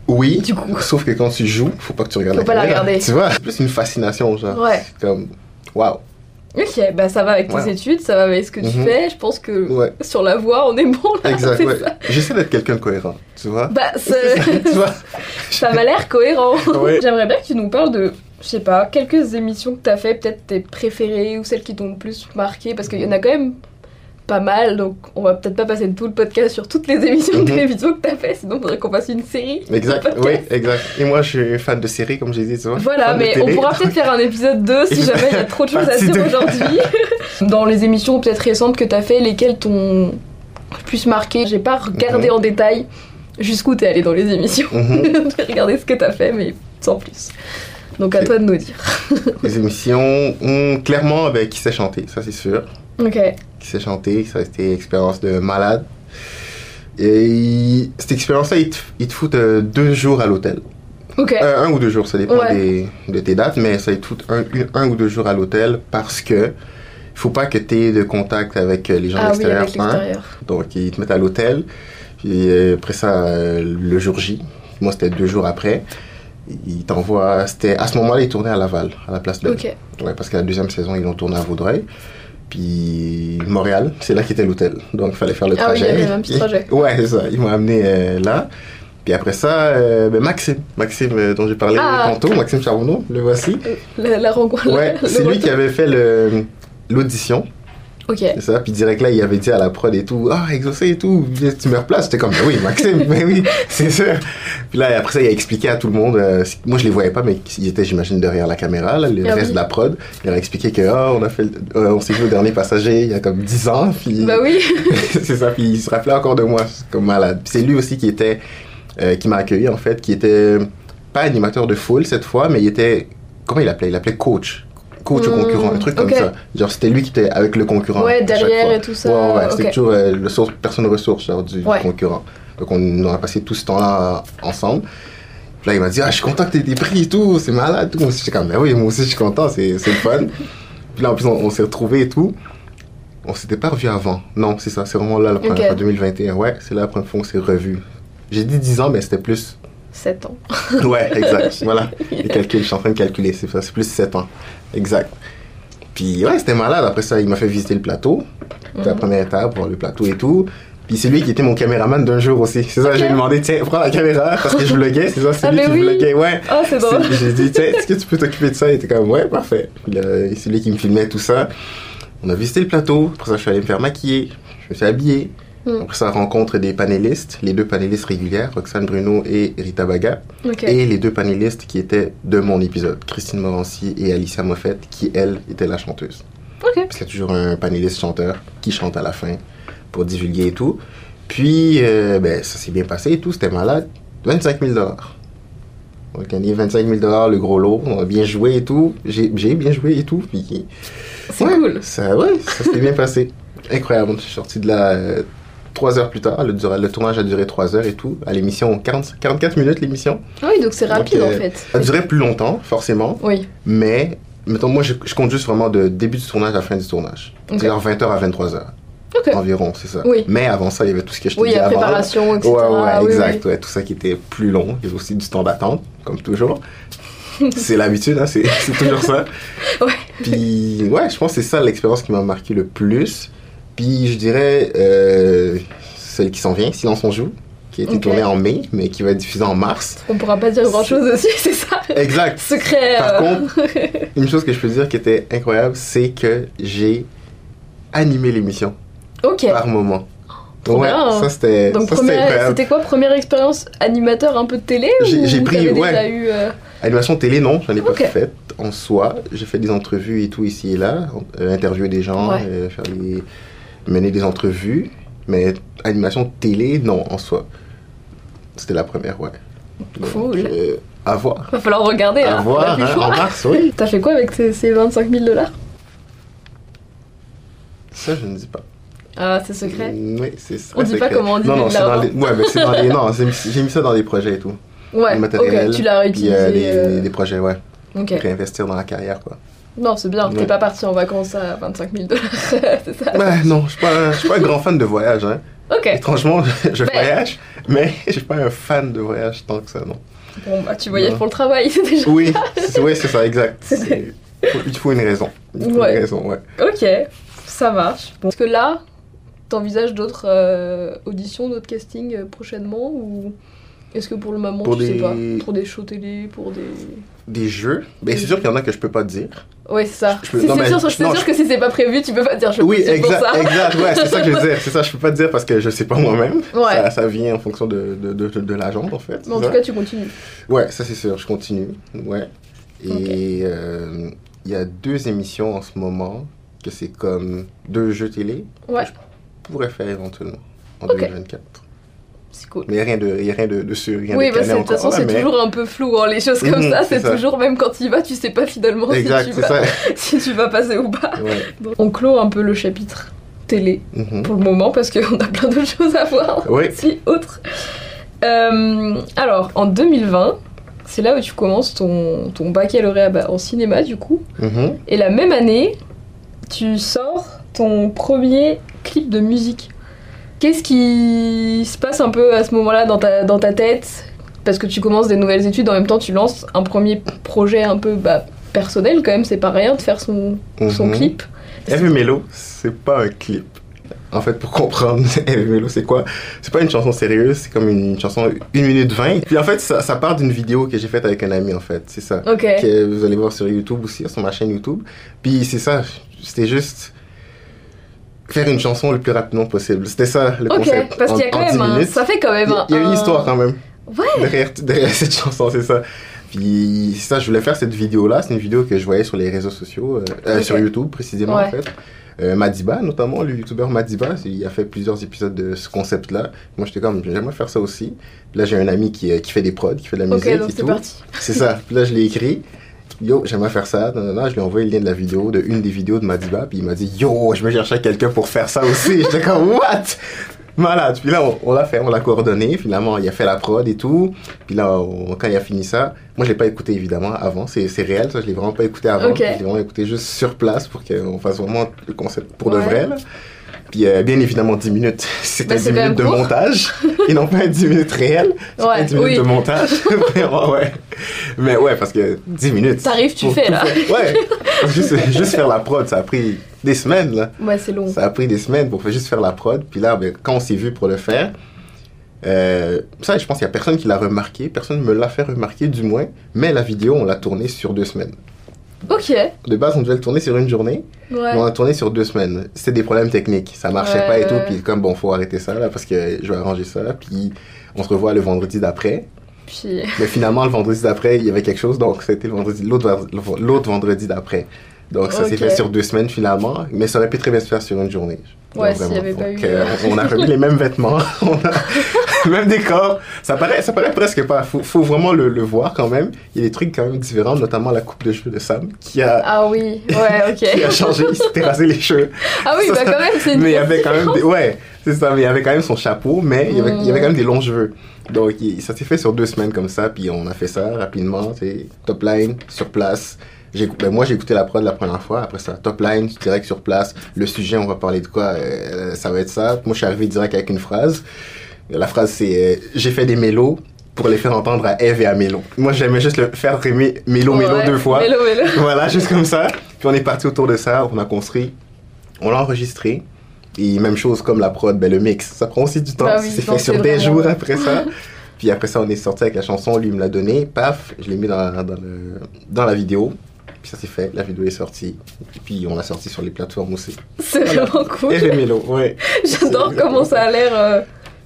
Oui, Du coup. sauf que quand tu joues, faut pas que tu regardes Faut la pas la caméra. regarder. Tu vois, c'est plus une fascination, genre. Ouais. C'est comme, waouh. Ok, bah ça va avec tes Ouais. études, ça va avec ce que tu Mhm. fais. Je pense que Ouais, sur la voie, on est bon là. exact, Ah, c'est ouais. ça. J'essaie d'être quelqu'un de cohérent, tu vois. Bah, C'est ça, c'est. tu vois. Ça m'a l'air cohérent. Ouais. J'aimerais bien que tu nous parles de, je sais pas, quelques émissions que t'as fait, peut-être tes préférées ou celles qui t'ont le plus marqué, parce qu'il y en a quand même pas mal, donc on va peut-être pas passer tout le podcast sur toutes les émissions Mhm. de télévision que t'as fait, sinon faudrait qu'on fasse une série. Exact, Podcast. oui, exact. Et moi, je suis fan de séries, comme j'ai dit, tu vois. Voilà, fan de mais télé. on pourra peut-être faire un épisode 2 si jamais il y a trop de choses à Partie dire deux. aujourd'hui. Dans les émissions peut-être récentes que t'as fait, lesquelles t'ont le plus marqué J'ai pas regardé Mhm. en détail jusqu'où t'es allé dans les émissions. Mhm. Regardez ce que t'as fait, mais sans plus. Donc à Ok. toi de nous dire. Les émissions, hum, clairement, ben, qui sait chanter, ça c'est sûr. Ok. Qui sait chanter, ça a été une expérience de malade. Et il- cette expérience-là, ils te, ils te foutent euh, deux jours à l'hôtel. Ok. Euh, un ou deux jours, ça dépend Ouais. des- de tes dates, mais ça, ils te foutent un, une- un ou deux jours à l'hôtel parce que faut pas que tu aies de contact avec euh, les gens ah oui, extérieurs. avec l'extérieur. Donc, ils te mettent à l'hôtel. Puis euh, après ça, euh, le jour J, moi c'était deux jours après, ils t'envoient. C'était à ce moment-là, ils tournaient à Laval, à la place de. Ok. Ouais, parce que la deuxième saison, ils l'ont tourné à Vaudreuil. Puis Montréal, c'est là qu'était l'hôtel. Donc il fallait faire le Ah oui, il trajet. y avait un petit trajet. ouais, c'est ça. Ils m'ont amené euh, là. Puis après ça, euh, ben, Maxime. Maxime euh, dont j'ai parlé Ah. tantôt, Maxime Charbonneau, le voici. La, la rencontre. Ouais, le c'est lui retour. qui avait fait le- l'audition Ok. C'est ça. Puis direct là, il avait dit à la prod et tout, ah, exaucé et tout, viens, tu me replaces. J'étais comme, mais oui, Maxime, mais oui, c'est sûr. Puis là, après ça, il a expliqué à tout le monde, euh, c- moi je les voyais pas, mais ils étaient, j'imagine, derrière la caméra, là, le Ah oui. reste de la prod. Il a expliqué que, ah, on a fait, le- euh, on s'est vu au dernier passager il y a comme 10 ans. Puis Bah oui. c'est ça, puis il se rappelait encore de moi c'est comme malade. Puis c'est lui aussi qui était, euh, qui m'a accueilli en fait, qui était pas animateur de foule cette fois, mais il était, comment il appelait Il appelait coach. Coach au Mm, concurrent, un truc ok. comme ça. Genre c'était lui qui était avec le concurrent. à Ouais, chaque derrière fois. et tout ça. Ouais, ouais, c'était ok. toujours euh, le source- personne ressource genre, du Ouais. concurrent. Donc on, on a passé tout ce temps-là ensemble. Puis là, il m'a dit, ah, je suis content que t'aies été pris et tout, c'est malade. Tout. Moi aussi, j'étais comme, mais oui, moi aussi, je suis content, c'est c'est le fun. Puis là, en plus, on, on s'est retrouvés et tout. On s'était pas revus avant. Non, c'est ça, c'est vraiment là, la première Ok. fois, 2021. Ouais, c'est là, la première fois qu'on s'est revus. J'ai dit 10 ans, mais c'était plus. 7 ans. Ouais, exact. voilà, les calculs, je suis en train de calculer, c'est ça, c'est plus 7 ans. Exact. Puis ouais, c'était malade. Après ça, il m'a fait visiter le plateau. C'était la Mhm. première étape, voir le plateau et tout. Puis c'est lui qui était mon caméraman d'un jour aussi. C'est ça, Ok. j'ai demandé, tiens, prends la caméra parce que je vloguais. C'est ça, c'est Ah, lui mais qui oui. vloguait. Ouais. Oh, c'est drôle. C'est- J'ai dit, tiens, est-ce que tu peux t'occuper de ça Il était comme, ouais, parfait. Puis, euh, c'est lui qui me filmait tout ça. On a visité le plateau. Après ça, je suis allé me faire maquiller. Je me suis habillé. Mm. Après ça, rencontre des panélistes, les deux panélistes régulières, Roxane Bruno et Rita Baga. Ok. Et les deux panélistes qui étaient de mon épisode, Christine Morancy et Alicia Moffett, qui, elle, était la chanteuse. Ok. Parce qu'il y a toujours un panéliste chanteur qui chante à la fin pour divulguer et tout. Puis, euh, ben, ça s'est bien passé et tout, c'était malade. 25 000 dollars. On a gagné 25 000 dollars, le gros lot. On a bien joué et tout. J'ai j'ai bien joué et tout. Puis, C'est ouais, cool. Ça, ouais, ça s'est bien passé. Incroyable. Je suis sorti de là euh, trois heures plus tard. Le, dura- le tournage a duré trois heures et tout. À l'émission, 40 44 minutes l'émission. Ah oui, donc c'est rapide Donc, en euh, fait. Ça durait plus longtemps, forcément. Oui. Mais, mettons, moi, je, je compte juste vraiment de début du tournage à la fin du tournage. Ok. C'est-à-dire 20h à 23h. Ok. Environ, c'est ça. Oui. Mais avant ça, il y avait tout ce que je te Oui, disais la avant. préparation, etc. Ouais, ouais, Oui, oui. exact. Ouais, tout ça qui était plus long. Il y avait aussi du temps d'attente, comme toujours. c'est l'habitude, hein, c'est c'est toujours ça. Ouais. Puis, ouais, je pense que c'est ça l'expérience qui m'a marqué le plus. Puis, je dirais euh, celle qui s'en vient, Silence on joue, qui a été Ok. tournée en mai, mais qui va être diffusée en mars. On pourra pas dire grand chose aussi, c'est ça. Exact. Secret. Par euh, contre, une chose que je peux dire qui était incroyable, c'est que j'ai animé l'émission ok. Oh, par moment. Trop ouais, bien. ça c'était Donc ah, ça, c'était première, incroyable. c'était quoi première expérience animateur un peu de télé ou J'ai- j'ai vous pris, avez ouais. déjà eu euh, Animation télé, non, j'en ai Ok. pas fait en soi. J'ai fait des entrevues et tout ici et là, euh, interviewer des gens, Ouais. euh, faire des- mener des entrevues, mais animation télé, non, en soi. C'était la première, ouais. Donc, Cool. euh, à voir. Va falloir regarder. hein, À on a voir, plus le hein, choix. en mars, oui. T'as fait quoi avec ces, ces 25 000 dollars Ça, je ne dis pas. Ah, c'est secret. Mm, Oui, c'est ça. On dit pas comment on dit Non, non, de c'est dans l'argent. les. Ouais, mais c'est dans les. Non, c'est- j'ai mis ça dans les projets et tout. Ouais. le matériel. Ok. Tu l'as Puis euh, réutilisé. les, euh, les projets, ouais. Ok. Réinvestir dans la carrière, quoi. Non, c'est bien. T'es Ouais. pas parti en vacances à 25 000 dollars. c'est Ah, ça. Ouais, non, je suis pas, un- je suis pas un grand fan de voyage, hein. Ok. Étrangement, je, je Ben. voyage, mais je suis pas un fan de voyage tant que ça, non. Bon, bah tu voyages Non. pour le travail, c'est déjà. Oui, c'est oui, c'est ça, exact. C'est- C'est- faut- Il faut une raison. Il faut Ouais. une raison, ouais. Ok, ça marche. Bon. Est-ce que là, t'envisages d'autres euh, auditions, d'autres castings euh, prochainement ou est-ce que pour le moment Pour tu sais des- pas Pour des shows télé, pour des. Des jeux, mais c'est sûr qu'il y en a que je peux pas dire. Ouais, c'est ça. Je peux- Si non, c'est mais- sûr, je suis non, sûre je- que si c'est pas prévu, tu peux pas dire je Oui, postule pour exact, ça. exact, ouais, c'est ça que je veux dire. C'est ça, je peux pas dire parce que je sais pas moi-même. Ouais. Ça, ça vient en fonction de, de, de, de l'agent, en fait. Mais en c'est tout ça. cas, tu continues. Ouais, ça c'est sûr, je continue. Ouais. Et euh, il y a deux émissions en ce moment que c'est comme deux jeux télé Ouais, que je pourrais faire éventuellement en Ok. 2024. c'est cool. Mais il n'y a rien de, il y a rien de, de sûr, rien Oui, de bah, cané c'est- de toute encore, façon, là, c'est mais- toujours un peu flou. hein, Les choses comme Mhm, ça, c'est c'est ça. toujours, même quand tu y vas, tu sais pas finalement si, Exact, tu c'est vas, ça. si tu vas passer ou pas. Ouais. Bon. On clôt un peu le chapitre télé Mhm. pour le moment parce qu'on a plein d'autres choses à voir. Oui, si autre. Euh, alors, en 2020, c'est là où tu commences ton, ton baccalauréat bah, en cinéma, du coup. mhm. Et la même année, tu sors ton premier clip de musique. Qu'est-ce qui se passe un peu à ce moment-là dans ta, dans ta tête Parce que tu commences des nouvelles études, en même temps, tu lances un premier projet un peu bah, personnel, quand même, c'est pas rien de faire son, son Mhm. clip. Eve Melo, c'est pas un clip. En fait, pour comprendre, Eve Melo, c'est quoi C'est pas une chanson sérieuse, c'est comme une chanson 1 minute 20. Puis en fait, ça, ça part d'une vidéo que j'ai faite avec un ami, en fait, c'est ça. Ok. que vous allez voir sur YouTube aussi, sur ma chaîne YouTube. Puis c'est ça, c'était juste. faire une chanson le plus rapidement possible. C'était ça le Ok, concept. parce en- qu'il y a quand en 10 même un... minutes. Ça fait quand même un... Il y a une histoire hein. quand même. Ouais. Derrière, derrière cette chanson, c'est ça. Puis ça, je voulais faire cette vidéo-là. C'est une vidéo que je voyais sur les réseaux sociaux, euh, euh, Ok. sur YouTube précisément Ouais. en fait. Euh, Madiba, notamment, le youtubeur Madiba, il a fait plusieurs épisodes de ce concept-là. Moi, j'étais comme, j'aimerais faire ça aussi. Puis là, j'ai un ami qui, euh, qui fait des prods, qui fait de la Ok, musique donc et c'est tout. parti. C'est ça. Puis là, je l'ai écrit. Yo, j'aimerais faire ça. Non, non, non. Je lui ai envoyé le lien de la vidéo, de une des vidéos de Madiba. Puis il m'a dit, yo, je me cherchais quelqu'un pour faire ça aussi. J'étais comme, what? Malade. Puis là, on, on l'a fait, on l'a coordonné. Finalement, il a fait la prod et tout. Puis là, on- quand il a fini ça, moi, je l'ai pas écouté évidemment avant. C'est c'est réel, ça, je l'ai vraiment pas écouté avant. Ok. Je l'ai vraiment écouté juste sur place pour qu'on fasse vraiment le concept pour de Ouais. vrai. là. Puis euh, bien évidemment, 10 minutes, c'était Ben, 10 c'est quand minutes de même court. montage. Ils n'ont pas 10 minutes réelles. C'est Ouais, pas 10 minutes oui. de montage. Vraiment, ouais. Mais ouais, parce que 10 minutes. T'arrives, tu pour fais tout là. faire. Ouais. juste, juste faire la prod, ça a pris des semaines, là. Ouais, c'est long. Ça a pris des semaines pour faire- juste faire la prod. Puis là, ben, quand on s'est vu pour le faire, euh, ça, je pense qu'il n'y a personne qui l'a remarqué. Personne ne me l'a fait remarquer, du moins. Mais la vidéo, on l'a tournée sur deux semaines. Ok, ouais. De base, on devait le tourner sur une journée. Mais On a tourné sur deux semaines. C'était des problèmes techniques. Ça marchait Ouais, pas et tout. ouais. Puis comme bon, faut arrêter ça là parce que je vais arranger ça. Puis on se revoit le vendredi d'après. Puis... Mais finalement, le vendredi d'après, il y avait quelque chose. Donc c'était le vendredi, l'autre vend- l'autre vendredi d'après. Donc ça s'est Ok. fait sur deux semaines finalement. Mais ça aurait pu très bien se faire sur une journée. Ouais, Donc, s'il y vraiment. avait pas Donc, eu- euh, on on a remis les mêmes vêtements, on a le même décor. Ça paraît, ça paraît presque pas. Faut, faut vraiment le, le voir quand même. Il y a des trucs quand même différents, notamment la coupe de cheveux de Sam qui a, Ah oui, ouais, qui a ok. changé. Il s'était rasé les cheveux. Ah oui, bah quand même, c'est une... Mais il y avait quand même des... Ouais, c'est ça, mais il y avait quand même son chapeau, mais il y avait, il y avait quand même des longs cheveux. Donc, il- ça s'est fait sur deux semaines comme ça, puis on a fait ça rapidement, tu sais, top line, sur place. J'ai- ben, moi, j'ai écouté la prod la première fois, après ça, top line, direct sur place. Le sujet, on va parler de quoi euh, Ça va être ça. Moi, je suis arrivé direct avec une phrase. La phrase, c'est euh, J'ai fait des mélos pour les faire entendre à Eve et à Mélo. Moi, j'aimais juste le faire rimer mélo, mélo Ouais, deux fois Mélo, mélo. voilà, juste comme ça. Puis on est parti autour de ça, on a construit, on l'a enregistré. Et même chose comme la prod, ben, le mix, ça prend aussi du temps. Bah oui, c'est donc fait sur c'est des vraiment- jours après ça. Puis après ça, on est sorti avec la chanson, lui il me l'a donné, paf, je l'ai mis dans la, dans, le- dans la vidéo. Puis ça c'est fait, la vidéo est sortie. Et puis on l'a sortie sur les plateformes aussi. C'est Voilà. vraiment Et cool. les mélos, ouais. J'adore comment ça a l'air euh,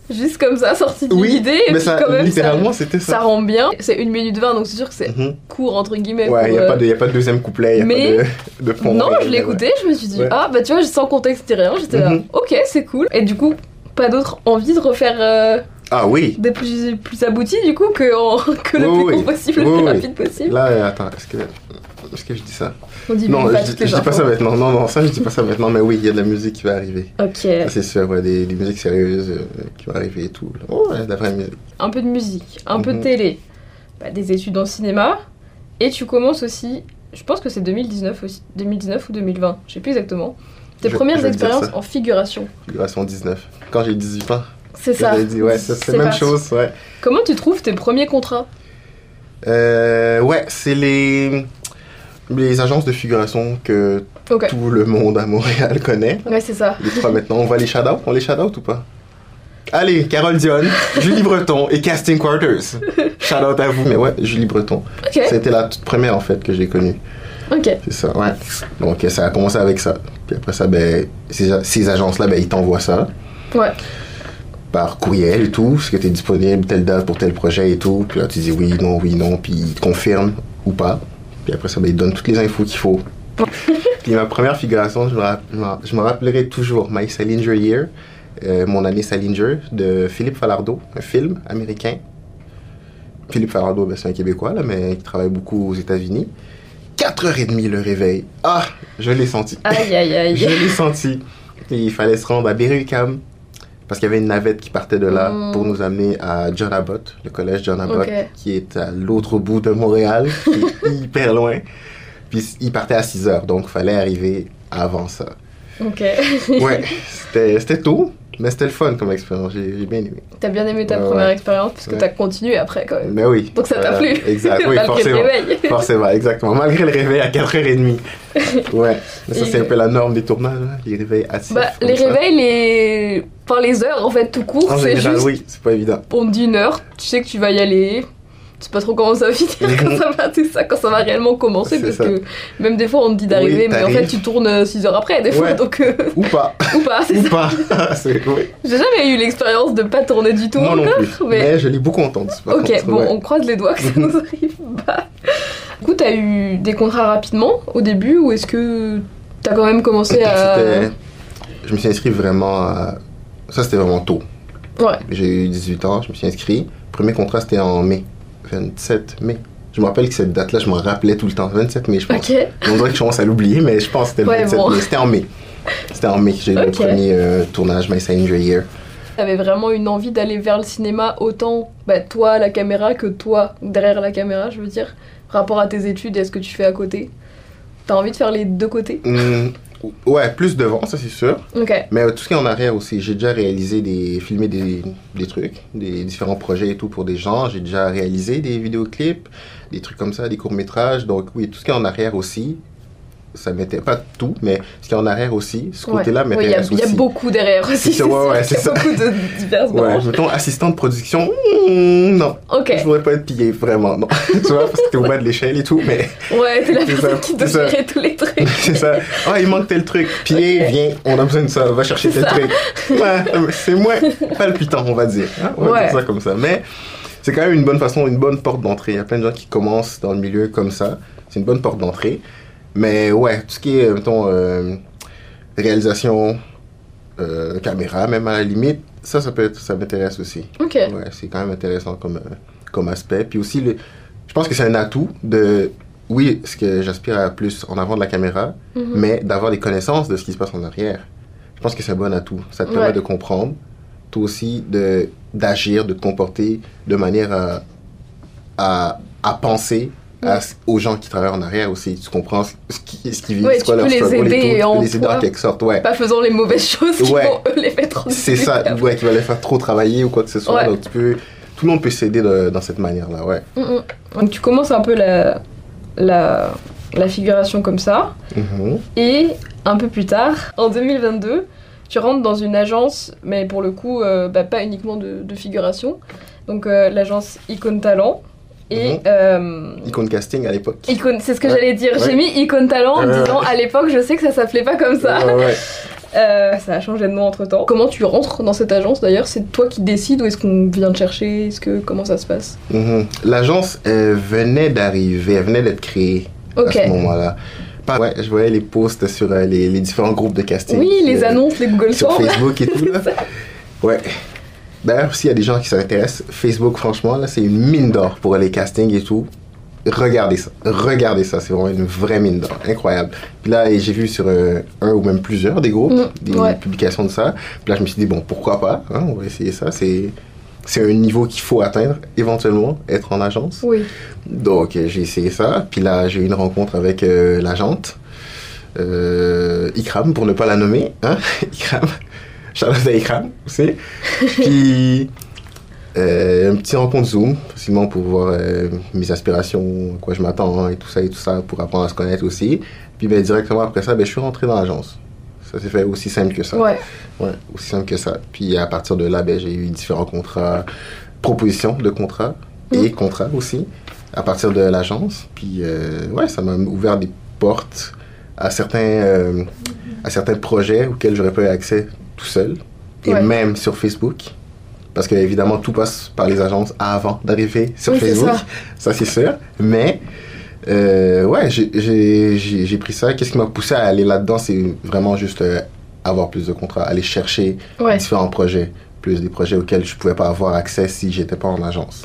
juste comme ça, sorti de l'idée. et mais puis ça, quand même, littéralement, c'était ça, ça ça. rend bien. C'est une minute 20, donc c'est sûr que c'est Mhm. court, entre guillemets. Ouais, il pour, n'y a, euh, pas de- y a pas de deuxième couplet, il n'y a mais- pas de, de pont. non, Ouais, je l'ai ouais. écouté, je me suis dit, Ouais. ah bah tu vois, sans contexte, c'était rien. J'étais là, Mhm. ok, c'est cool. Et du coup, pas d'autre envie de refaire euh, Ah oui, des plus, plus aboutis, du coup, que, en- que le Oui, plus oui. court possible, le Oui, plus oui. rapide possible. là, euh, attends, est-ce que, est-ce que je dis ça On dit Non, pas je, toutes dis- les je dis pas ça infos. maintenant. Non, non, ça, je dis pas ça maintenant. Mais oui, il y a de la musique qui va arriver. Ok, Ça, c'est sûr, ouais, des, des musiques sérieuses euh, qui vont arriver et tout. Oh, ouais, de la vraie musique. un peu de musique, un peu de Mhm. télé, bah, des études en cinéma, et tu commences aussi, je pense que c'est 2019 aussi, 2019 ou 2020, je sais plus exactement, tes Je- premières je vais te dire expériences ça. en figuration. Figuration 19. Quand j'ai 18 ans, C'est que je ça. l'ai dit. Ouais, ça, c'est C'est la même parti. chose, ouais. Comment tu trouves tes premiers contrats Euh, ouais, c'est les, les agences de figuration que Ok, tout le monde à Montréal connaît. ouais, c'est ça. Les trois maintenant, on va les shout-out On les shout-out ou pas Allez, Carole Dion, Julie Breton et Casting Quarters. Shout-out à vous, mais ouais, Julie Breton. Ok, C'était la toute première en fait que j'ai connue. ok. C'est ça, ouais. Donc, euh, ça a commencé avec ça. Puis après ça, ben, ces, a- ces agences-là, ben, ils t'envoient ça Ouais, par courriel et tout, ce que tu es disponible, telle date pour tel projet et tout. Puis là, tu dis oui, non, oui, non, puis ils te confirment ou pas. Puis après ça, ben, ils te donnent toutes les infos qu'il faut. puis ma première figuration, je me, rapp- je me rapp- je me rappellerai toujours, My Salinger Year, euh, mon année Salinger, de Philippe Falardeau, un film américain. Philippe Falardeau, ben, c'est un Québécois, là, mais qui travaille beaucoup aux États-Unis. 4h30 le réveil. Ah, je l'ai senti. aïe aïe Je aïe. l'ai senti. Et il fallait se rendre à Berry-UQAM parce qu'il y avait une navette qui partait de là Mm. pour nous amener à John Abbott, le collège John Abbott, Ok. qui est à l'autre bout de Montréal, qui est hyper loin. Puis il partait à 6 heures, donc il fallait arriver avant ça. Ok, Ouais, c'était c'était tôt, mais c'était le fun comme expérience, j'ai j'ai bien aimé. t'as bien aimé ta Ouais, première ouais. expérience parce que Ouais. t'as continué après quand même. Mais oui. Donc ça t'a Voilà. plu Exact, oui, Malgré le forcément. réveil. Forcément, exactement. Malgré le réveil à 4h30. Ouais, mais ça Et- c'est un peu la norme des tournages, hein, les réveils à 6 Bah, les réveils, les... Enfin, les heures en fait tout court, En c'est général, juste oui, c'est pas évident. on te dit une heure, tu sais que tu vas y aller. tu sais pas trop comment ça va finir quand ça va, tout ça, quand ça va réellement commencer, C'est parce ça. que même des fois on te dit d'arriver, Oui, mais en t'arrives. fait tu tournes 6 heures après, des fois, Ouais. donc. euh, Ou pas. ou pas, c'est Ou ça. pas. C'est- oui. J'ai jamais eu l'expérience de pas tourner du tout Moi non encore, plus. Mais... mais. je l'ai beaucoup entendu. par Ok, contre, bon, ouais. on croise les doigts que ça nous arrive pas. Du coup, t'as eu des contrats rapidement au début, ou est-ce que t'as quand même commencé à. C'était- Je me suis inscrit vraiment à... Ça, c'était vraiment tôt. Ouais. J'ai eu 18 ans, je me suis inscrit. Premier contrat, c'était en mai. 27 mai. Je me rappelle que cette date-là, je m'en rappelais tout le temps. 27 mai, je pense. Ok, On dirait que je commence à l'oublier, mais je pense que c'était le Ouais, 27 bon. mai. C'était en mai. C'était en mai que j'ai eu Ok. le premier euh, tournage, My Sign Your Year. t'avais vraiment une envie d'aller vers le cinéma autant bah, toi à la caméra que toi derrière la caméra, je veux dire, par rapport à tes études et à ce que tu fais à côté. T'as envie de faire les deux côtés Hum, ouais, plus devant, ça c'est sûr. Ok, Mais euh, tout ce qui est en arrière aussi, j'ai déjà réalisé des. filmé des, des trucs, des différents projets et tout pour des gens. J'ai déjà réalisé des vidéoclips, des trucs comme ça, des courts-métrages. Donc oui, tout ce qui est en arrière aussi, ça m'était pas tout, mais ce qui est en arrière aussi, ce Ouais. côté-là Ouais, il y a- m'intéresse il y, a aussi. beaucoup derrière aussi. C'est ça, ouais, sûr qu'il y a ouais, c'est ça. beaucoup de diverses Ouais, branches. mettons assistant de production, hmm, non, Ok, je voudrais pas être pillé, vraiment, non. tu vois, parce que t'es au bas de l'échelle et tout, mais ouais, t'es la C'est ça, personne qui doit c'est ça. gérer tous les trucs. c'est ça. Ah, il manque tel truc, pillé, viens, on a besoin de ça, va chercher C'est tel ça. truc. Ouais, c'est moins palpitant, on va dire. hein, on va Ouais. dire ça comme ça. Mais c'est quand même une bonne façon, une bonne porte d'entrée. Il y a plein de gens qui commencent dans le milieu comme ça. C'est une bonne porte d'entrée. Mais ouais, tout ce qui est, mettons, euh, réalisation, euh, caméra, même à la limite, ça, ça peut être, ça m'intéresse aussi. Ok, Ouais, c'est quand même intéressant comme, euh, comme aspect. Puis aussi, le, je pense que c'est un atout de, oui, ce que j'aspire à plus en avant de la caméra, Mhm. mais d'avoir des connaissances de ce qui se passe en arrière. Je pense que c'est un bon atout. Ça te Ouais. permet de comprendre, toi aussi, de, d'agir, de te comporter de manière à, à, à penser. à ce- aux gens qui travaillent en arrière aussi, tu comprends ce ce qui- ce qu'ils vivent, Ouais, c'est tu quoi peux leur les struggle aider et tout, tu en peux les aider toi. en quelque sorte, ouais. pas faisant les mauvaises choses qui Ouais. vont eux les mettre en C'est difficulté ça, après. ouais, qui va les faire trop travailler ou quoi que ce soit. Ouais. Donc tu peux, tout le monde peut s'aider de- dans cette manière-là, ouais. Mm, mm. Donc tu commences un peu la, la, la figuration comme ça, Mhm. et un peu plus tard, en 2022, tu rentres dans une agence, mais pour le coup, euh, bah, pas uniquement de, de figuration, donc euh, l'agence Icon Talent, et... Mhm. euh, Icon casting à l'époque. Icon- c'est ce que Ouais. j'allais dire. J'ai Ouais. mis Icon Talent en Ouais. disant à l'époque, je sais que ça s'appelait pas comme ça. Ouais, ouais. Euh, ça a changé de nom entre temps. Comment tu rentres dans cette agence d'ailleurs C'est toi qui décides ou est-ce qu'on vient te chercher Est-ce que comment ça se passe Mhm. L'agence euh, venait d'arriver, elle venait d'être créée Ok. à ce moment-là. Pas- Ouais, je voyais les posts sur euh, les, les différents groupes de casting. Oui, les euh, annonces, les Google Sur Forms. Facebook et tout, là. Ouais. D'ailleurs, s'il y a des gens qui s'intéressent, Facebook, franchement, là, c'est une mine d'or pour les castings et tout. Regardez ça. Regardez ça. C'est vraiment une vraie mine d'or. Incroyable. Puis là, et j'ai vu sur euh, un ou même plusieurs des groupes, Mm, des ouais. publications de ça. Puis là, je me suis dit, bon, pourquoi pas hein, On va essayer ça. C'est. C'est un niveau qu'il faut atteindre, éventuellement, être en agence. Oui. Donc, euh, j'ai essayé ça. Puis là, j'ai eu une rencontre avec euh, l'agente, euh, Ikram, pour ne pas la nommer. Hein? Ikram. Charlotte à Ikram aussi. Puis, euh, un petit rencontre Zoom, facilement pour voir euh, mes aspirations, à quoi je m'attends et tout ça et tout ça, pour apprendre à se connaître aussi. Puis, ben, directement après ça, ben, je suis rentré dans l'agence. Ça s'est fait aussi simple que ça. Ouais. Ouais, aussi simple que ça. Puis à partir de là, ben, j'ai eu différents contrats, propositions de contrats et contrats aussi, à partir de l'agence. Puis euh, ouais, ça m'a ouvert des portes à certains, euh, à certains projets auxquels j'aurais pas eu accès tout seul, et Ouais. même sur Facebook. Parce que évidemment, tout passe par les agences avant d'arriver sur Oui, c'est Facebook. ça. Ça, c'est sûr. Mais euh, ouais, j'ai- j'ai j'ai- j'ai pris ça. Qu'est-ce qui m'a poussé à aller là-dedans C'est vraiment juste euh, avoir plus de contrats, aller chercher Ouais. différents projets, plus des projets auxquels je pouvais pas avoir accès si j'étais pas en agence.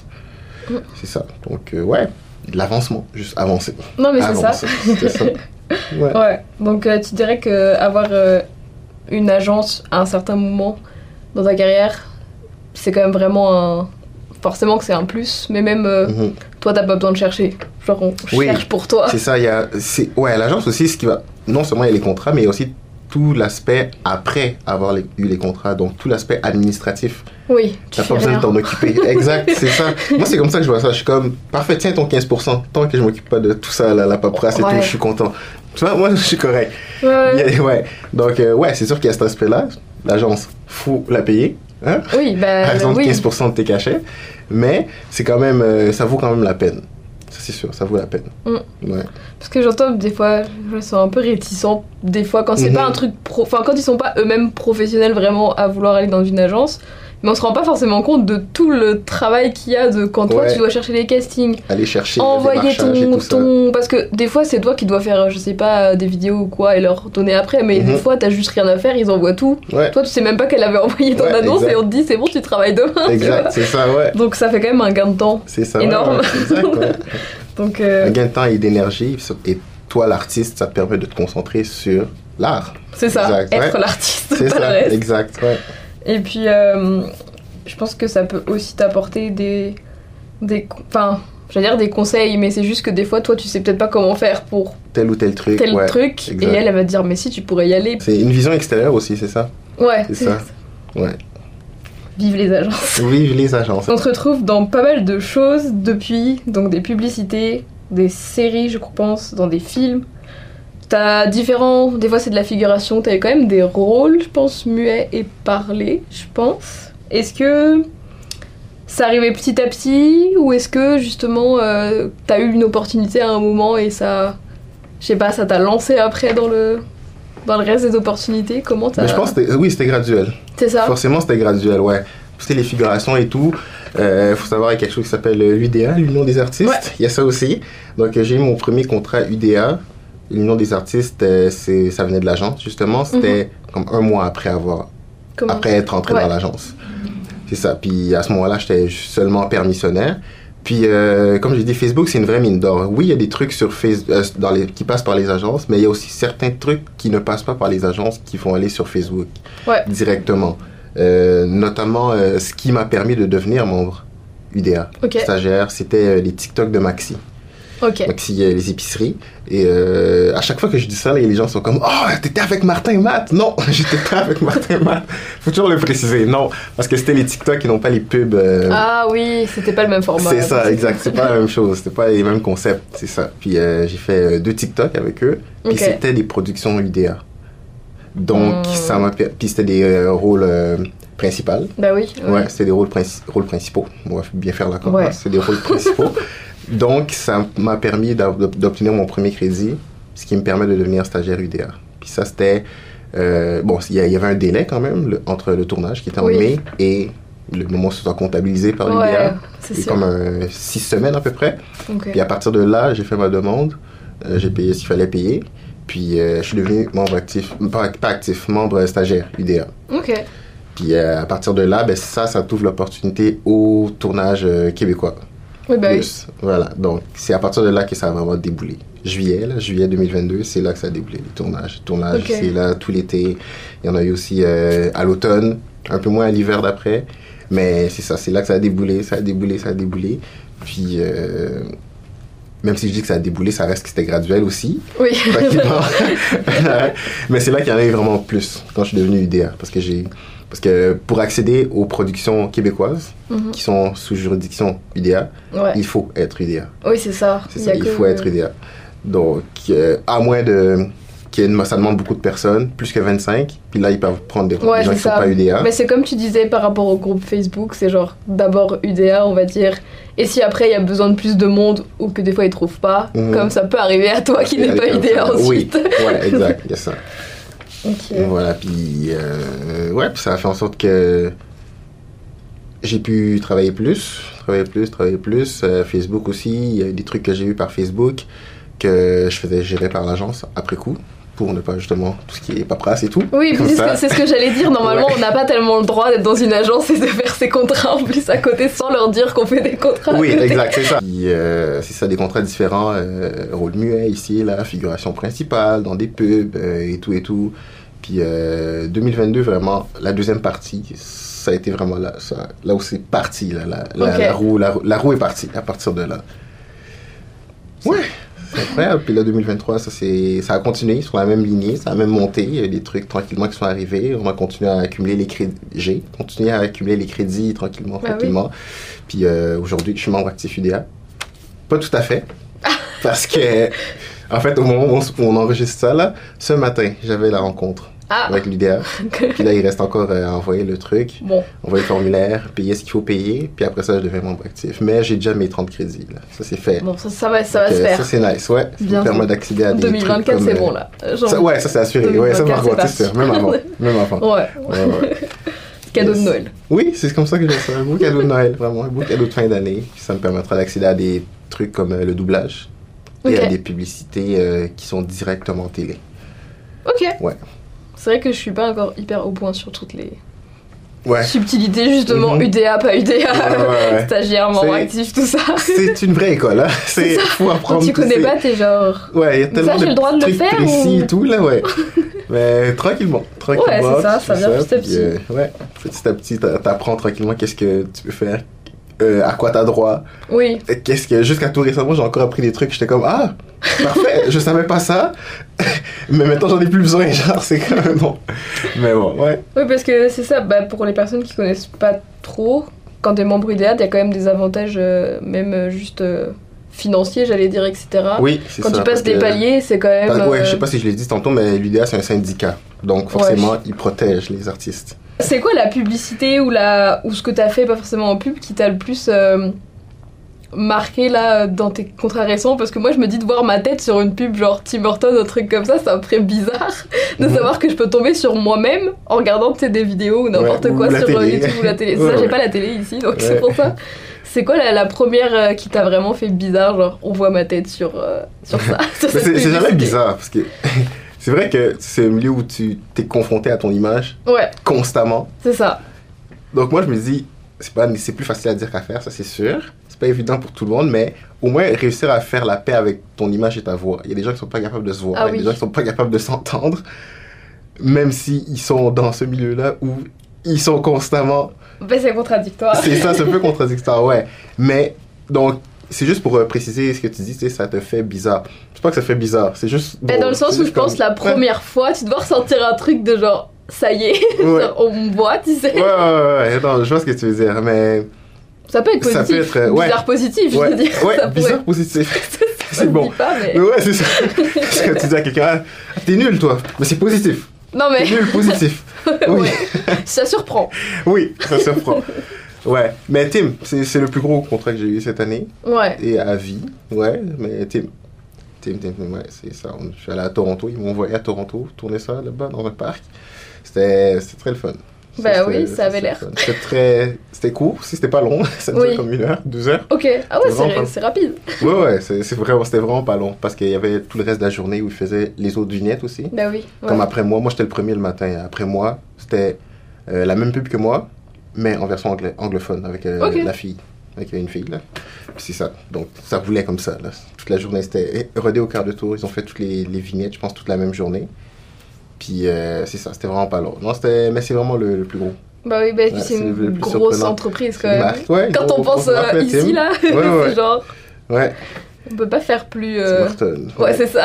Mm. C'est ça. Donc euh, ouais, de l'avancement, juste avancer. Non mais c'est ça. Avancer, ah, c'est ça. Ouais. Ouais. Donc euh, tu dirais que euh, avoir euh, une agence à un certain moment dans ta carrière, c'est quand même vraiment un forcément que c'est un plus, mais même euh, Mhm. toi t'as pas besoin de chercher. Genre on Oui. cherche pour toi. C'est ça, il y a. c'est- Ouais, l'agence aussi, ce qui va. Non seulement il y a les contrats, mais il y a aussi tout l'aspect après avoir les- eu les contrats, donc tout l'aspect administratif. Oui. Tu T'as fais pas besoin rien. de t'en occuper. Exact, c'est ça. Moi, c'est comme ça que je vois ça. Je suis comme, parfait, tiens ton 15%. Tant que je m'occupe pas de tout ça, la, la paperasse et Ouais. Euh. tout, je suis content. Tu vois, moi, je suis correct. Ouais, ouais. Il y a- ouais. Donc, euh, ouais, c'est sûr qu'il y a cet aspect-là. L'agence, faut la payer. Hein? Oui, bah Par exemple, oui. 15% de tes cachets. Mais c'est quand même, euh, ça vaut quand même la peine. Ça, c'est sûr, ça vaut la peine. Mm. Ouais. Parce que j'entends des fois, je sont un peu réticents, des fois quand c'est Mhm. pas un truc pro. Enfin, quand ils sont pas eux-mêmes professionnels vraiment à vouloir aller dans une agence, mais on se rend pas forcément compte de tout le travail qu'il y a de quand toi Ouais. tu dois chercher les castings, Aller chercher le envoyer ton. démarchage et tout ça. ton- Parce que des fois c'est toi qui dois faire, je sais pas, des vidéos ou quoi et leur donner après, mais Mhm. des fois t'as juste rien à faire, ils envoient tout. Ouais, Toi tu sais même pas qu'elle avait envoyé ton Ouais, annonce exact. et on te dit c'est bon, tu travailles demain. tu vois. exact, c'est ça, ouais. Donc ça fait quand même un gain de temps. C'est ça. ouais, Énorme. ouais, exact, ouais. Donc euh, Un gain de temps et d'énergie. Et toi, l'artiste, ça te permet de te concentrer sur l'art. c'est ça, Exact, être ouais. l'artiste, C'est pas le ça, reste. exact, ouais. Et puis, euh, je pense que ça peut aussi t'apporter des, des, enfin, j'allais dire des conseils, mais c'est juste que des fois, toi, tu sais peut-être pas comment faire pour Tel ou tel truc, tel ouais. truc, exact. et elle, elle va te dire, mais si, tu pourrais y aller. C'est une vision extérieure aussi, c'est ça Ouais, C'est ça. Ouais. Vive les agences. Vive les agences. On se retrouve dans pas mal de choses depuis, donc des publicités, des séries, je pense, dans des films. T'as différents, des fois c'est de la figuration, t'as eu quand même des rôles, je pense, muets et parlés, je pense. Est-ce que ça arrivait petit à petit ou est-ce que justement euh, t'as eu une opportunité à un moment et ça, je sais pas, ça t'a lancé après dans le dans le reste des opportunités Comment t'as Mais je pense que c'était- oui, c'était graduel. c'est ça Forcément, c'était graduel, ouais. Parce que les figurations et tout, euh, faut savoir, il y a quelque chose qui s'appelle euh, l'UDA, l'Union des artistes. Ouais. Il y a ça aussi. Donc, euh, j'ai eu mon premier contrat UDA. L'Union des artistes, euh, c'est, ça venait de l'agence, justement. C'était Mhm. comme un mois après avoir, Comment après être entré Ouais. dans l'agence. C'est ça. Puis, à ce moment-là, j'étais seulement permissionnaire. Puis, euh, comme j'ai dit, Facebook, c'est une vraie mine d'or. Oui, il y a des trucs sur Facebook dans les, qui passent par les agences, mais il y a aussi certains trucs qui ne passent pas par les agences qui vont aller sur Facebook Ouais. directement. Euh, notamment, euh, ce qui m'a permis de devenir membre UDA, Ok. stagiaire, c'était euh, les TikTok de Maxi. Ok. Maxi, euh, les épiceries. Et euh, à chaque fois que je dis ça, les gens sont comme Oh, t'étais avec Martin et Matt Non, j'étais pas avec Martin et Matt. Faut toujours le préciser, non. Parce que c'était les TikTok et non pas les pubs. euh, Ah oh oui, c'était pas le même format. c'est ça, exact. C'est pas la même chose. C'était pas les mêmes concepts. C'est ça. Puis euh, j'ai fait euh, deux TikTok avec eux. Puis Ok. c'était des productions UDA. Donc, Hmm. ça m'a. per- Puis c'était des euh, rôles euh, principaux. Bah oui. oui. Ouais, c'était des rôles, princi- rôles principaux. On va bien faire la Ouais. ouais. C'est des rôles principaux. Donc, ça m'a permis d'av- d'ob- d'obtenir mon premier crédit, ce qui me permet de devenir stagiaire UDA. Puis ça, c'était. euh, bon, il y, a- il y avait un délai quand même le- entre le tournage qui était en Oui. mai et le moment où ce soit comptabilisé par l'UDA. Ouais, c'est C'est sûr. comme euh, six semaines à peu près. Ok. Puis à partir de là, j'ai fait ma demande, euh, j'ai payé ce qu'il fallait payer. Puis euh, je suis devenu membre actif, pas, pas actif, membre stagiaire UDA. Ok. Puis euh, à partir de là, ben, ça, ça t'ouvre l'opportunité au tournage euh, québécois. Oui, bah oui. Plus. Voilà, donc c'est à partir de là que ça a vraiment déboulé. Juillet, là, juillet 2022, c'est là que ça a déboulé, le tournage. Le tournage, Ok. c'est là tout l'été. Il y en a eu aussi euh, à l'automne, un peu moins à l'hiver d'après. Mais c'est ça, c'est là que ça a déboulé, ça a déboulé, ça a déboulé. Puis, euh, même si je dis que ça a déboulé, ça reste que c'était graduel aussi. Oui. Tranquillement. mais c'est là qu'il y en a eu vraiment plus quand je suis devenu UDA. Parce que, j'ai, parce que pour accéder aux productions québécoises Mhm. qui sont sous juridiction UDA, Ouais. il faut être UDA. Oui, c'est ça. C'est Il y ça, a il que- faut être UDA. Donc, euh, à moins de. qu'il y ait une- ça demande beaucoup de personnes, plus que 25. Puis là, ils peuvent prendre des, Ouais, des c'est gens qui ne sont ça. pas UDA. Mais c'est comme tu disais par rapport au groupe Facebook, c'est genre d'abord UDA, on va dire. Et si après il y a besoin de plus de monde ou que des fois ils trouvent pas, Mhm. Ah, comme ça peut arriver à toi qui Et n'es pas avec- UDA Oui, ensuite. ouais, exact, il y a ça. Ok. Voilà, puis. euh, ouais, puis ça a fait en sorte que. J'ai pu travailler plus, travailler plus, travailler plus. Euh, Facebook aussi, il y a eu des trucs que j'ai eu par Facebook que je faisais gérer par l'agence après coup pour ne pas justement tout ce qui est paperasse et tout. Oui, puis Comme c'est ce ça. que- c'est ce que, j'allais dire. Normalement, Ouais. on n'a pas tellement le droit d'être dans une agence et de faire ses contrats en plus à côté sans leur dire qu'on fait des contrats. à Oui, côté. exact, c'est ça. Puis, euh, c'est ça, des contrats différents, euh, rôle muet ici, la figuration principale, dans des pubs euh, et tout et tout. Puis euh, 2022, vraiment, la deuxième partie, ça a été vraiment là, ça, là où c'est parti, là, la, la- Ok. la roue, la, roue- la roue est partie à partir de là. Ouais, c'est incroyable. euh, Puis là, 2023, ça, c'est, ça a continué sur la même lignée, ça a même monté. Il y a eu des trucs tranquillement qui sont arrivés. On a continué à accumuler les crédits. J'ai continué à accumuler les crédits tranquillement, Ah oui. tranquillement. Puis euh, aujourd'hui, je suis membre actif UDA. Pas tout à fait. Parce que, en fait, au moment où on, s- où on enregistre ça, là, ce matin, j'avais la rencontre Ah, avec l'UDA. Puis là, il reste encore euh, à envoyer le truc, bon. envoyer le formulaire, payer ce qu'il faut payer. Puis après ça, je deviens membre actif. Mais j'ai déjà mes 30 crédits, là. Ça, c'est fait. Bon, ça, ça va, ça va Donc, se euh, faire. Ça, c'est nice, ouais. Ça me Bientôt. permet d'accéder à des trucs 2024, comme, c'est euh, bon là. Genre- ça- ouais, ça, c'est assuré. Ouais, ça, par 2024, contre, c'est c'est sûr. Même avant. Même avant. Ouais, Ouais, ouais. cadeau de Yes. Noël. Oui, c'est comme ça que j'ai ça. Un beau cadeau de Noël, vraiment. Un beau cadeau de fin d'année. Puis Ça me permettra d'accéder à des trucs comme euh, le doublage et à Ok. des publicités euh, qui sont directement télé. Ok. Ouais. C'est vrai que je suis pas encore hyper au point sur toutes les Ouais. subtilités, justement, Mhm. UDA, pas UDA, Ouais, ouais, ouais. stagiaire, membre C'est- actif, tout ça. C'est une vraie école, hein. C'est faut Quand apprendre. tu tous connais ces- pas, t'es genre. Ouais, il y a Ça, tellement j'ai de le droit de le trucs faire précis ou- et tout là, ouais. Mais tranquillement, tranquillement. c'est ça, tu ça fais vient petit à puis, petit. euh, ouais, petit à petit, t'a- t'apprends tranquillement qu'est-ce que tu peux faire, euh, à quoi t'as droit. Oui, Et Qu'est-ce que jusqu'à tout récemment, j'ai encore appris des trucs. J'étais comme ah parfait, je savais pas ça, mais maintenant j'en ai plus besoin. Genre c'est quand même bon. Mais bon, ouais. Oui, parce que c'est ça, bah, pour les personnes qui connaissent pas trop, quand t'es membre IDEA, t'as quand même des avantages, euh, même euh, juste euh, financiers, j'allais dire, etc. Oui, c'est Ah, quand ça, tu parce passes des que- paliers, c'est quand même. Parce- ouais, je euh, sais pas si je l'ai dit tantôt, mais l'UDA c'est un syndicat, donc forcément il protège les artistes. C'est quoi la publicité ou, la... ou ce que t'as fait, pas forcément en pub, qui t'a le plus euh, marqué là dans tes contrats récents Parce que moi, je me dis de voir ma tête sur une pub genre Tim Burton, un truc comme ça, ça me ferait bizarre de Mhm. savoir que je peux tomber sur moi-même en regardant tu sais, des vidéos ou n'importe Ouais, ou quoi la sur euh, télé. YouTube ou la télé. Ouais, ça, j'ai ouais. pas la télé ici, donc c'est Ouais. pour ça. C'est quoi la, la première euh, qui t'a vraiment fait bizarre Genre, on voit ma tête sur, euh, sur ça. sur Mais cette c'est- c'est jamais publicité. bizarre parce que c'est vrai que c'est un milieu où tu t'es confronté à ton image Ouais, constamment. c'est ça. Donc moi je me dis c'est pas c'est plus facile à dire qu'à faire, ça c'est sûr. C'est pas évident pour tout le monde, mais au moins réussir à faire la paix avec ton image et ta voix. Il y a des gens qui sont pas capables de se voir, Ah il y a oui. des gens qui sont pas capables de s'entendre, même si ils sont dans ce milieu-là où ils sont constamment Bah, c'est contradictoire. c'est ça, c'est un peu contradictoire, ouais. Mais, donc, c'est juste pour euh, préciser ce que tu dis, tu sais, ça te fait bizarre. C'est pas que ça fait bizarre, c'est juste. Bah, bon, dans le sens c'est où je juste pense comme- la Ouais, première fois, tu dois ressentir un truc de genre, ça y est, Ouais, ouais, on me voit, tu sais. ouais, ouais, ouais, non, je vois ce que tu veux dire, mais. Ça peut être Ça positif. peut être, euh, ouais. Bizarre positif, je Ouais, veux dire. ouais, ça bizarre positif. pourrait- C'est on bon. dit pas, mais- Mais ouais, c'est ça. c'est quand tu dis à quelqu'un, ah, t'es nul, toi. Mais c'est positif. Non mais, T'es nul, positif. Oui, ouais, ça surprend. oui, ça surprend. Ouais, mais Tim, c'est c'est le plus gros contrat que j'ai eu cette année. Ouais. et à vie. Ouais, mais Tim. Tim, Tim, Tim, ouais, c'est ça. On- Je suis allé à Toronto, ils m'ont envoyé à Toronto tourner ça là-bas dans un parc. C'était c'était très le fun. Bah C'était- oui, ça c'était avait le l'air. fun. C'était très. C'était court, si c'était pas long. Ça durait Oui. comme une heure, deux heures. Ok. Ah ouais, C'est vraiment c'est, pas- c'est rapide. Ouais, ouais, c'est c'est vraiment, c'était vraiment pas long parce qu'il y avait tout le reste de la journée où ils faisaient les autres vignettes aussi. Bah oui. ouais. Comme après moi, moi j'étais le premier le matin. Après moi, c'était euh, la même pub que moi, mais en version angla- anglophone avec euh, Ok. la fille, avec euh, une fille là. Puis c'est ça. Donc ça roulait comme ça. Là. Toute la journée, c'était eh, rodé au quart de tour. Ils ont fait toutes les, les vignettes, je pense, toute la même journée. Puis euh, c'est ça, c'était vraiment pas long. Non, c'était, mais c'est vraiment le, le plus gros. Bah oui, bah Ouais, c'est c'est le une plus grosse surprenant. entreprise quand C'est une même. marque. Ouais, une Quand on grosse- pense grosse marque, euh, là, ici Tim. là, ouais, ouais. c'est genre, Ouais, on peut pas faire plus. c'est euh, Morton. Ouais, c'est ça.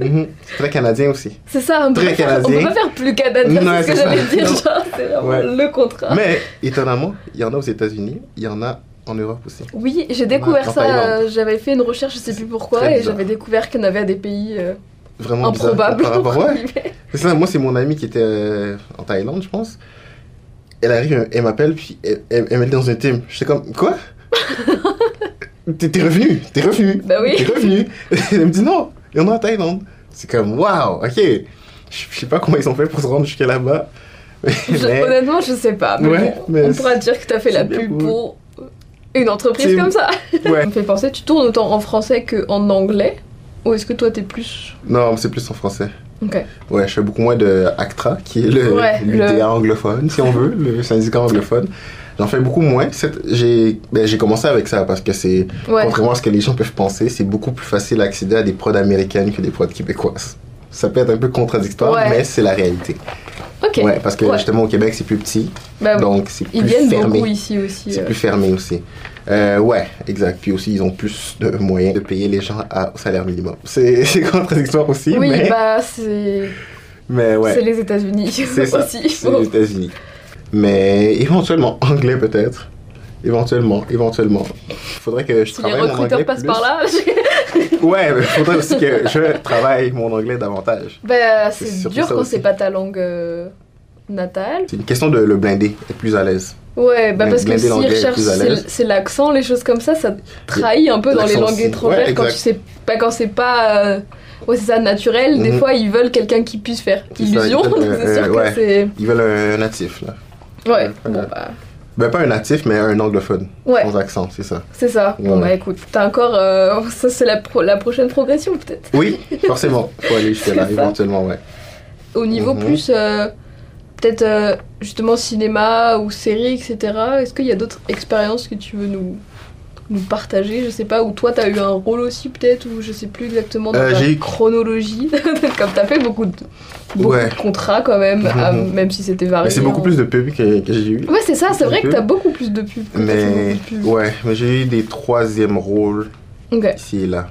Mhm. C'est très canadien aussi. C'est ça, on peut, Très pas faire, on peut canadien. pas faire plus canadien, c'est Ouais, ce que c'est ça. j'allais dire. Non. Genre, c'est vraiment Ouais. le contrat. Mais étonnamment, il y en a aux États-Unis, il y en a en Europe aussi. Oui, j'ai Ouais, découvert en ça. Thaïlande. euh, j'avais fait une recherche, je sais plus pourquoi, très et bizarre. j'avais découvert qu'il y en avait à des pays euh, Vraiment bizarre. improbables. Par rapport- ouais, entre guillemets. C'est ça, moi c'est mon amie qui était euh, en Thaïlande, je pense. Elle arrive, elle m'appelle, puis elle, elle, elle m'a dit dans un team. J'étais comme, quoi T'es t'es revenu, t'es revenu. Bah oui. T'es revenu. elle me dit non, il y en a en Thaïlande. C'est comme, waouh, ok. Je je sais pas comment ils ont fait pour se rendre jusqu'à là-bas. Mais, Je- honnêtement, je sais pas. Mais Ouais, bon, mais on pourra dire que t'as fait c'est la bien pub cool. pour euh, une entreprise C'est- comme ça. ouais. Ça me fait penser, tu tournes autant en français qu'en anglais Ou est-ce que toi t'es plus. Non, mais c'est plus en français. Ok. Ouais, je fais beaucoup moins de ACTRA, qui est le Ouais, l'UDA le- anglophone, si on veut, le syndicat anglophone. J'en fais beaucoup moins. C'est- J'ai ben, j'ai commencé avec ça parce que c'est Ouais. Contrairement à ce que les gens peuvent penser, c'est beaucoup plus facile d'accéder à des prods américaines que des prods québécoises. Ça peut être un peu contradictoire, Ouais. mais c'est la réalité. Ok. Ouais, parce que Ouais. justement au Québec, c'est plus petit, Bah, donc c'est ils plus viennent fermé. beaucoup ici aussi. C'est euh. plus fermé aussi. Euh, ouais, exact. Puis aussi, ils ont plus de moyens de payer les gens à, au salaire minimum. C'est c'est contradictoire aussi, Oui, mais, bah c'est mais c'est ouais, les États-Unis C'est ça. aussi. c'est les États-Unis. Mais éventuellement, anglais peut-être. Éventuellement, éventuellement. Faudrait que je Si les travaille mon anglais recruteurs passent plus. par là, ouais, mais faudrait aussi que je travaille mon anglais davantage. Bah, C'est c'est surtout dur ça quand aussi. c'est pas ta langue euh, natale. C'est une question de le blinder, être plus à l'aise. Ouais, bah Blin- parce que blinder s'ils l'anglais est recherchent plus à l'aise. c'est- c'est l'accent, les choses comme ça, ça te trahit un peu dans les L'accent langues aussi. étrangères Ouais, quand tu exact. sais pas quand c'est pas euh, ouais, c'est ça naturel, des Mhm. fois ils veulent quelqu'un qui puisse faire C'est ça, illusion, ils donc veulent, c'est sûr euh, que ouais. c'est Ils veulent un natif, là. ouais, Ouais, bon ouais. bah Ben, pas un natif, mais un anglophone. ouais, Sans accent, c'est ça. c'est ça. Bon Ouais. bah écoute, t'as encore euh, ça c'est la pro- la prochaine progression peut-être. Oui, forcément. Faut aller jusque là, C'est ça. éventuellement, ouais. Au niveau Mhm. plus euh, peut-être euh, justement cinéma ou série etc. Est-ce qu'il y a d'autres expériences que tu veux nous nous partager Je sais pas ou toi t'as eu un rôle aussi peut-être ou je sais plus exactement dans Euh, ta j'ai eu- chronologie comme t'as fait beaucoup de, beaucoup Ouais. de contrats quand même à- Mhm. même si c'était varié. Mais c'est beaucoup hein. plus de pub que, que j'ai eu. Ouais c'est ça c'est vrai que de t'as beaucoup plus de pubs. que t'as fait Mais, beaucoup de pubs. ouais, mais j'ai eu des troisième rôles Ok. ici et là.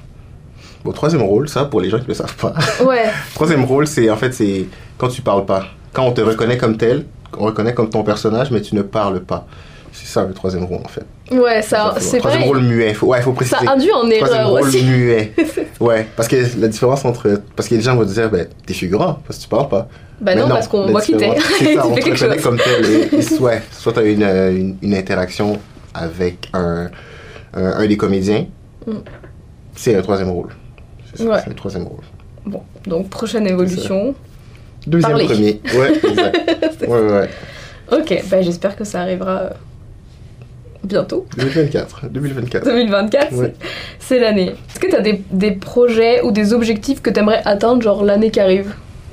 Bon, troisième rôle, ça, pour les gens qui ne le savent pas. Ouais Troisième rôle, c'est en fait, c'est quand tu parles pas. Quand on te reconnaît comme tel, on reconnaît comme ton personnage, mais tu ne parles pas. C'est ça le troisième rôle en fait. ouais ça c'est troisième pareil. rôle muet. Faut- ouais, il faut préciser. Ça induit en troisième erreur rôle aussi. muet. Ouais, parce que la différence entre. Parce que les gens vont te dire, ben, t'es figurant, parce que tu parles pas. Bah Mais non, parce qu'on la voit qui t'es. différence, C'est ça, Tu on fais te quelque reconnaît chose. comme tel. Et, et soit, soit t'as une, euh, une, une interaction avec un, un, un des comédiens, Mm. c'est un troisième rôle. C'est ça, Ouais. c'est un troisième rôle. Bon donc prochaine évolution. Deuxième Parler. premier. Ouais, exact. ouais, ouais, ouais. Ok, bah j'espère que ça arrivera euh, bientôt. 2024. 2024. 2024, c'est- Ouais. c'est l'année. Est-ce que t'as des, des projets ou des objectifs que t'aimerais atteindre, genre l'année qui arrive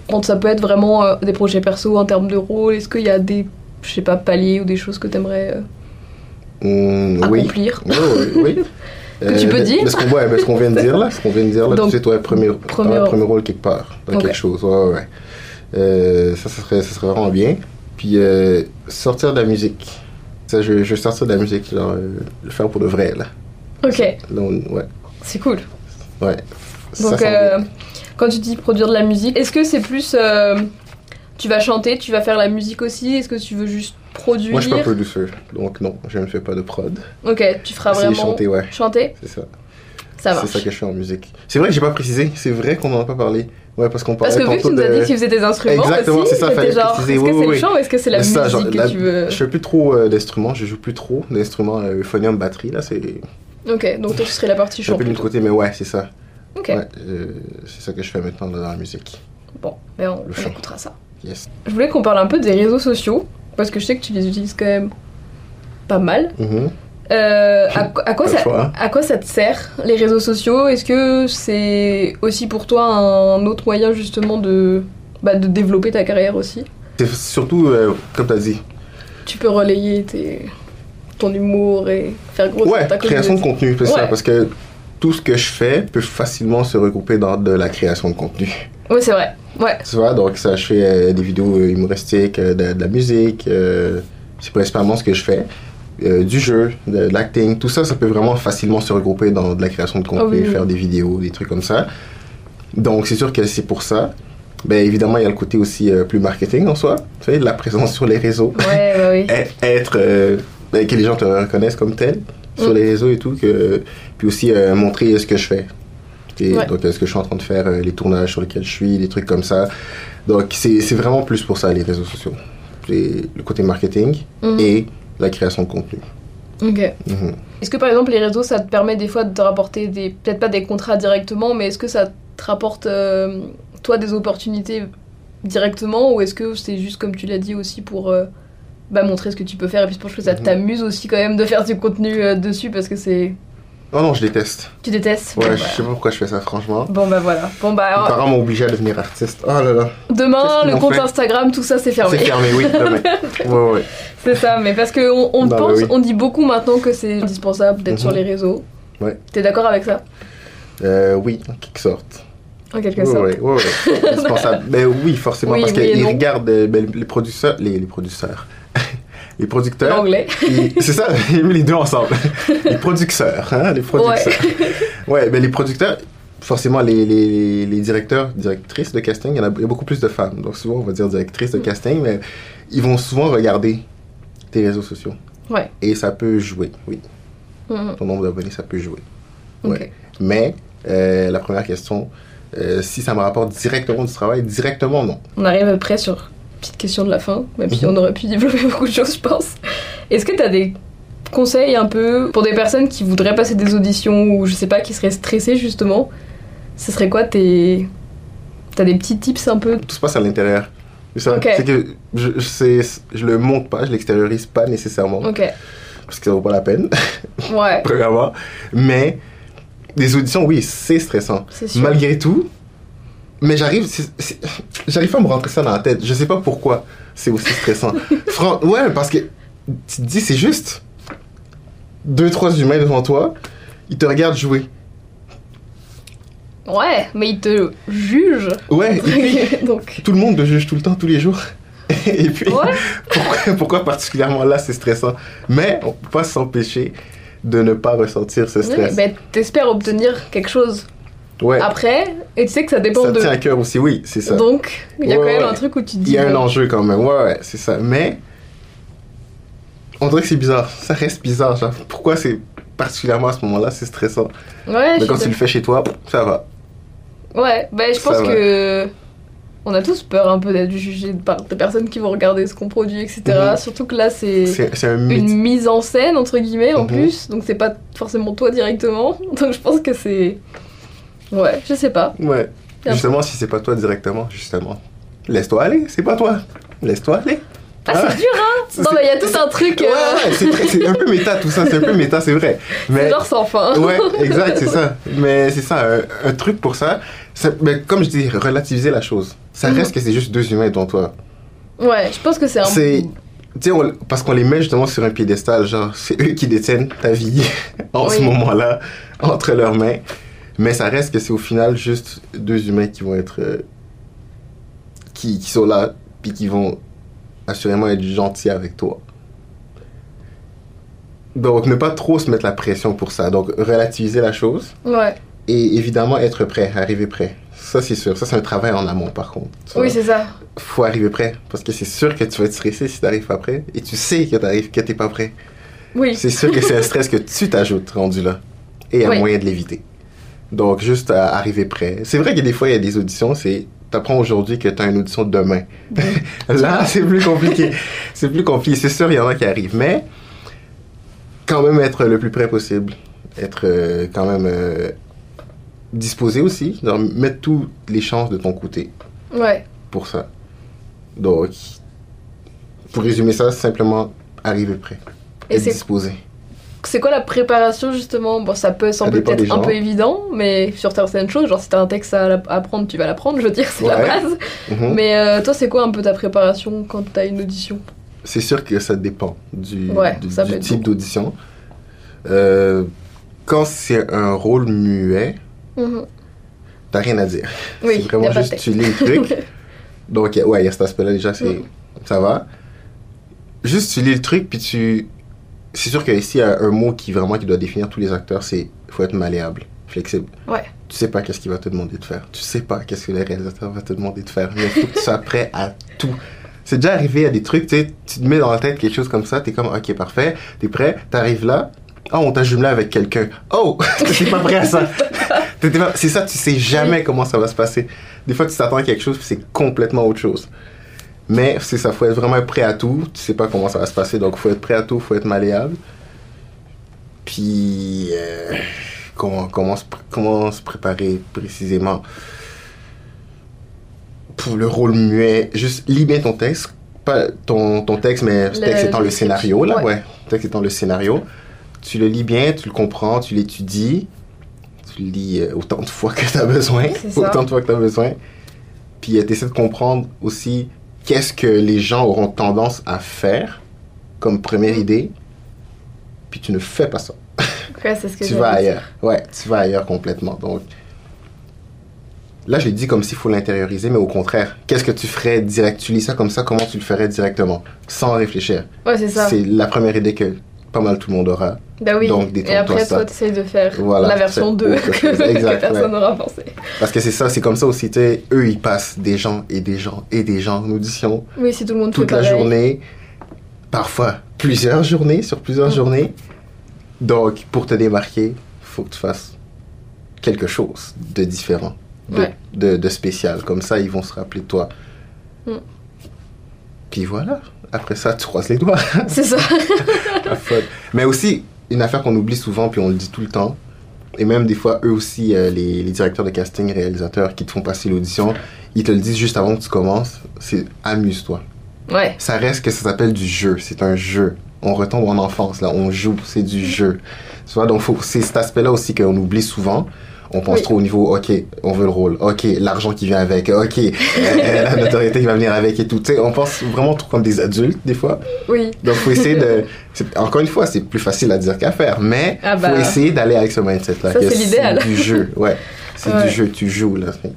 Bon, Ça peut être vraiment euh, des projets perso en termes de rôle. Est-ce qu'il y a des, je sais pas, paliers ou des choses que t'aimerais euh, Mm, oui. accomplir Oui, oui, oui. Ah Que tu peux mais- dire. mais ce qu'on ouais, mais ce qu'on vient de dire là, ce qu'on vient de dire là, Donc, tu sais, toi, premier, premier ouais, rôle. premier rôle quelque part, dans Ok. quelque chose, ouais, ouais, ouais. Euh, ça, ça serait, ça serait vraiment bien. Puis euh, sortir de la musique. Ça, je, je veux sortir de la musique, genre, euh, le faire pour de vrai, là. Ok, Là, on- ouais, c'est cool. ouais. Ça Donc, sent euh, bien. quand tu dis produire de la musique, est-ce que c'est plus. euh, tu vas chanter, tu vas faire la musique aussi Est-ce que tu veux juste produire Moi, je suis pas producer, donc non, je ne fais pas de prod. Ok, tu feras C'est vraiment. chanter, ouais, Chanter c'est ça. Ça marche. C'est ça que je fais en musique. C'est vrai que j'ai pas précisé, c'est vrai qu'on en a pas parlé. Ouais, parce qu'on Parce parlait que vu que tantôt tu nous as dit de... que tu faisais des instruments, Exactement, aussi, c'est ça, c'était fallait genre, préciser, Est-ce oui, que c'est oui, le chant ou est-ce que c'est la Ça, musique genre, que la- tu veux Je fais plus trop euh, d'instruments, je joue plus trop d'instruments euh, euphonium batterie là, c'est Ok, donc toi tu serais la partie je suis chant. un peu de l'autre côté mais ouais, c'est ça. Ok, Ouais, euh, c'est ça que je fais maintenant là, dans la musique. bon, ben on, Le on chant. écoutera ça. Yes. Je voulais qu'on parle un peu des réseaux sociaux, parce que je sais que tu les utilises quand même pas mal. Mhm. Euh, à, quoi- à quoi ça, Parfois, hein. à quoi ça te sert, les réseaux sociaux Est-ce que c'est aussi pour toi un autre moyen justement de, bah, de développer ta carrière aussi C'est surtout euh, comme t'as dit. Tu peux relayer tes, ton humour et faire grossir Ouais, ta création de communauté. contenu, c'est ça Ouais. parce que tout ce que je fais peut facilement se regrouper dans de la création de contenu. Ouais, c'est vrai. Ouais. Tu vois, donc ça, je fais euh, des vidéos euh, humoristiques, euh, de, de la musique, euh, c'est principalement ce que je fais. Euh, du jeu, de, de l'acting, tout ça, ça peut vraiment facilement se regrouper dans de la création de contenu, Ah oui, oui. faire des vidéos, des trucs comme ça. Donc c'est sûr que c'est pour ça. Ben évidemment, il y a le côté aussi euh, plus marketing en soi, tu sais, de la présence sur les réseaux, Ouais, bah oui. Ê- être, euh, ben, que les gens te reconnaissent comme tel sur Mm. les réseaux et tout, que, puis aussi euh, montrer ce que je fais. Et Ouais. Donc, euh, ce que je suis en train de faire, euh, les tournages sur lesquels je suis, les trucs comme ça. Donc, c'est c'est vraiment plus pour ça, les réseaux sociaux. Les- le côté marketing Mhm. et la création de contenu. Ok. Mhm. Est-ce que par exemple les réseaux ça te permet des fois de te rapporter des peut-être pas des contrats directement mais est-ce que ça te rapporte euh, toi des opportunités directement ou est-ce que c'est juste comme tu l'as dit aussi pour euh, bah, montrer ce que tu peux faire et puis je pense que ça Mhm. t'amuse aussi quand même de faire du contenu euh, dessus parce que c'est Oh non, je déteste. tu détestes Ouais, Bon, je bah. sais pas pourquoi je fais ça, franchement. Bon bah voilà. Bon bah alors, Mes parents m'ont obligé à devenir artiste. Oh là là. demain qu'est-ce qu'ils le ont compte fait Instagram tout ça c'est C'est fermé. fermé, oui, demain. Ouais, ouais. C'est ça mais parce que on, on Bah, pense bah oui. on dit beaucoup maintenant que c'est indispensable d'être sur Mhm. les réseaux. Ouais. T'es d'accord avec ça Euh, oui, en quelque sorte. en quelque Oui, sorte. oui, oui, oui. Indispensable. ben oui, forcément, Oui, parce oui et qu'ils non. regardent euh, ben, les producteurs, les, les producteurs, les producteurs. L'anglais. ils- C'est ça, j'ai mis les deux ensemble. Les producteurs, hein, les producteurs. Ouais, ben les producteurs, forcément, les, les, les directeurs, directrices de casting, il y, en a, il y a beaucoup plus de femmes. Donc souvent, on va dire directrices de Mm. casting, mais ils vont souvent regarder tes réseaux sociaux. Ouais. Et ça peut jouer, oui. Mhm. Ton nombre d'abonnés, ça peut jouer. Ok. Ouais. Mais Euh, la première question, euh, si ça me rapporte directement du travail, directement non. On arrive après sur une petite question de la fin, même Mhm. si on aurait pu développer beaucoup de choses, je pense. Est-ce que tu as des conseils un peu pour des personnes qui voudraient passer des auditions ou je sais pas, qui seraient stressées justement Ce serait quoi tes. T'as des petits tips un peu Tout se passe à l'intérieur. C'est ça, Ok. c'est que je, je, sais- je le montre pas, je l'extériorise pas nécessairement, Ok, parce que ça vaut pas la peine, ouais, premièrement. Mais les auditions, oui, c'est stressant. c'est sûr. malgré tout. Mais j'arrive, c'est- c'est- j'arrive pas à me rentrer ça dans la tête. Je sais pas pourquoi c'est aussi stressant. Fran- ouais, parce que tu te dis c'est juste deux trois humains devant toi, ils te regardent jouer. Ouais, mais ils te jugent. Ouais, et puis Donc, tout le monde te juge tout le temps, tous les jours. Et puis ouais. pourquoi, pourquoi particulièrement là c'est stressant Mais on peut pas s'empêcher de ne pas ressentir ce Ouais, stress. ben, t'espères obtenir quelque chose Ouais, ben, après, et tu sais que ça dépend ça de. tient à cœur aussi. Oui, c'est ça. Donc, il y a Ouais, quand même ouais. un truc où tu te dis. Il y a un bon, enjeu quand même, ouais, ouais, c'est ça. Mais on dirait que c'est bizarre, ça reste bizarre. genre, pourquoi c'est particulièrement à ce moment-là, c'est stressant. bah, Ouais, je Mais quand suis tu le fais chez toi, ça va. d'ac- ouais, ben, je Ça pense va. que. On a tous peur un peu d'être jugé par des personnes qui vont regarder ce qu'on produit, etc. Mhm. Surtout que là, c'est. C'est c'est un mythe. Une mise en scène, entre guillemets, en Mhm. plus. Donc, c'est pas forcément toi directement. Donc, je pense que c'est. Ouais, je sais pas. Ouais. Yep. Justement, si c'est pas toi directement, justement, laisse-toi aller, c'est pas toi. Laisse-toi aller. Ah, Ah. c'est dur, hein! Non, C'est- mais il y a tout un truc. Ouais, euh, ouais, c'est très- c'est un peu méta tout ça, c'est un peu méta, c'est vrai. c'est Mais genre sans fin. ouais, exact, c'est ça. Mais c'est ça, un, un truc pour ça, ça- mais comme je dis, relativiser la chose. Ça Mhm. reste que c'est juste deux humains devant toi. Ouais, je pense que c'est un. C'est- Tu sais, on- parce qu'on les met justement sur un piédestal, genre, c'est eux qui détiennent ta vie en ce Oui. moment-là, entre leurs mains. Mais ça reste que c'est au final juste deux humains qui vont être. euh, qui, qui sont là, puis qui vont assurément être gentils avec toi. Donc, ne pas trop se mettre la pression pour ça. Donc, relativiser la chose Ouais. et évidemment être prêt, arriver prêt. Ça, c'est sûr. Ça, c'est un travail en amont, par contre. Ça, Oui, c'est ça. faut arriver prêt. Parce que c'est sûr que tu vas être stressé si t'arrives pas prêt. Et tu sais que t'arrives, que t'es pas prêt. Oui. C'est sûr que c'est un stress que tu t'ajoutes rendu là. Et il y a Oui. moyen de l'éviter. Donc, juste à arriver prêt. C'est vrai que des fois, il y a des auditions, c'est. T'apprends aujourd'hui que t'as une audition demain. Là, c'est plus compliqué. c'est plus compliqué. C'est sûr, il y en a qui arrivent. Mais, quand même être le plus près possible. Être euh, quand même euh, disposé aussi. Genre, mettre toutes les chances de ton côté Ouais. pour ça. Donc, pour résumer ça, c'est simplement arriver prêt. Et être c'est disposé. c'est quoi la préparation justement Bon, ça peut sembler dépend des peut-être un gens. peu évident, mais sur certaines choses, genre si t'as un texte à la- à apprendre, tu vas l'apprendre, je veux dire, c'est la Ouais. base. Mhm. Mais euh, toi, c'est quoi un peu ta préparation quand t'as une audition C'est sûr que ça dépend du, Ouais, du- ça du peut être type d'audition. Euh, quand c'est un rôle muet, Mhm. t'as rien à dire. Oui, c'est y vraiment a pas de juste texte. tu lis le truc. Donc, y a- ouais, il y a cet aspect-là déjà, c'est, Mhm. ça va. Juste tu lis le truc, puis tu. C'est sûr qu'ici, il y a un mot qui vraiment qui doit définir tous les acteurs, c'est faut être malléable, flexible. Ouais. Tu sais pas qu'est-ce qu'il va te demander de faire. Tu sais pas qu'est-ce que le réalisateur va te demander de faire. Mais faut que tu sois prêt à tout. C'est déjà arrivé à des trucs, tu sais, tu te mets dans la tête quelque chose comme ça, t'es comme, ok, parfait, t'es prêt, t'arrives là, oh, on t'a jumelé avec quelqu'un. Oh, t'étais pas prêt à ça. T'étais pas- C'est ça, tu sais jamais comment ça va se passer. Des fois, tu t'attends à quelque chose, puis c'est complètement autre chose. Mais c'est ça, faut être vraiment prêt à tout. Tu sais pas comment ça va se passer, donc faut être prêt à tout, faut être malléable. Puis, euh, comment, comment, se, pr- comment se préparer précisément pour le rôle muet Juste lis bien ton texte, pas ton, ton texte, mais Le- texte étant le scénario, là, ouais. ouais. Texte étant le scénario. Tu le lis bien, tu le comprends, tu l'étudies. Tu le lis euh, autant de fois que tu as besoin. C'est ça. Autant de fois que tu as besoin. Puis tu essaies de comprendre aussi qu'est-ce que les gens auront tendance à faire comme première idée. Puis tu ne fais pas ça. Ouais, c'est ce que Tu j'allais vas dire. ailleurs. Ouais, tu vas ailleurs complètement. Donc là, je l'ai dit comme s'il faut l'intérioriser, mais au contraire, qu'est-ce que tu ferais direct Tu lis ça comme ça, comment tu le ferais directement, sans réfléchir. Ouais, c'est ça. C'est la première idée que pas mal tout le monde aura. Bah oui. Donc, Et détends-toi après, ça. toi, t'essayes de faire Voilà, la version c'est 2 autre que, chose. que Exact, personne n'aura pensé. Parce que c'est ça, c'est comme ça aussi. tu sais, Eux, ils passent des gens et des gens et des gens en audition. Oui, si tout le monde toute fait la pareil. journée, parfois plusieurs journées, sur plusieurs Mm. journées. Donc, pour te démarquer, faut que tu fasses quelque chose de différent, de, Ouais. de- de spécial. Comme ça, ils vont se rappeler de toi. Mm. Puis voilà. Après ça, tu croises les doigts. C'est ça. La faute. Mais aussi, une affaire qu'on oublie souvent, puis on le dit tout le temps, et même des fois, eux aussi, euh, les, les directeurs de casting, réalisateurs qui te font passer l'audition, ils te le disent juste avant que tu commences, c'est amuse-toi. Ouais. Ça reste que ça s'appelle du jeu, c'est un jeu. On retombe en enfance, là, on joue, c'est du jeu. Tu vois, donc faut- c'est cet aspect-là aussi qu'on oublie souvent. On pense Oui. trop au niveau, ok, on veut le rôle, ok, l'argent qui vient avec, ok, euh, euh, la notoriété qui va venir avec et tout. Tu sais, on pense vraiment trop comme des adultes, des fois. Oui. Donc, faut essayer de. c'est- Encore une fois, c'est plus facile à dire qu'à faire, mais Ah bah. faut essayer d'aller avec ce mindset-là. Ça, que c'est l'idéal. du jeu, ouais. C'est Ouais. du jeu, tu joues, là. Fait-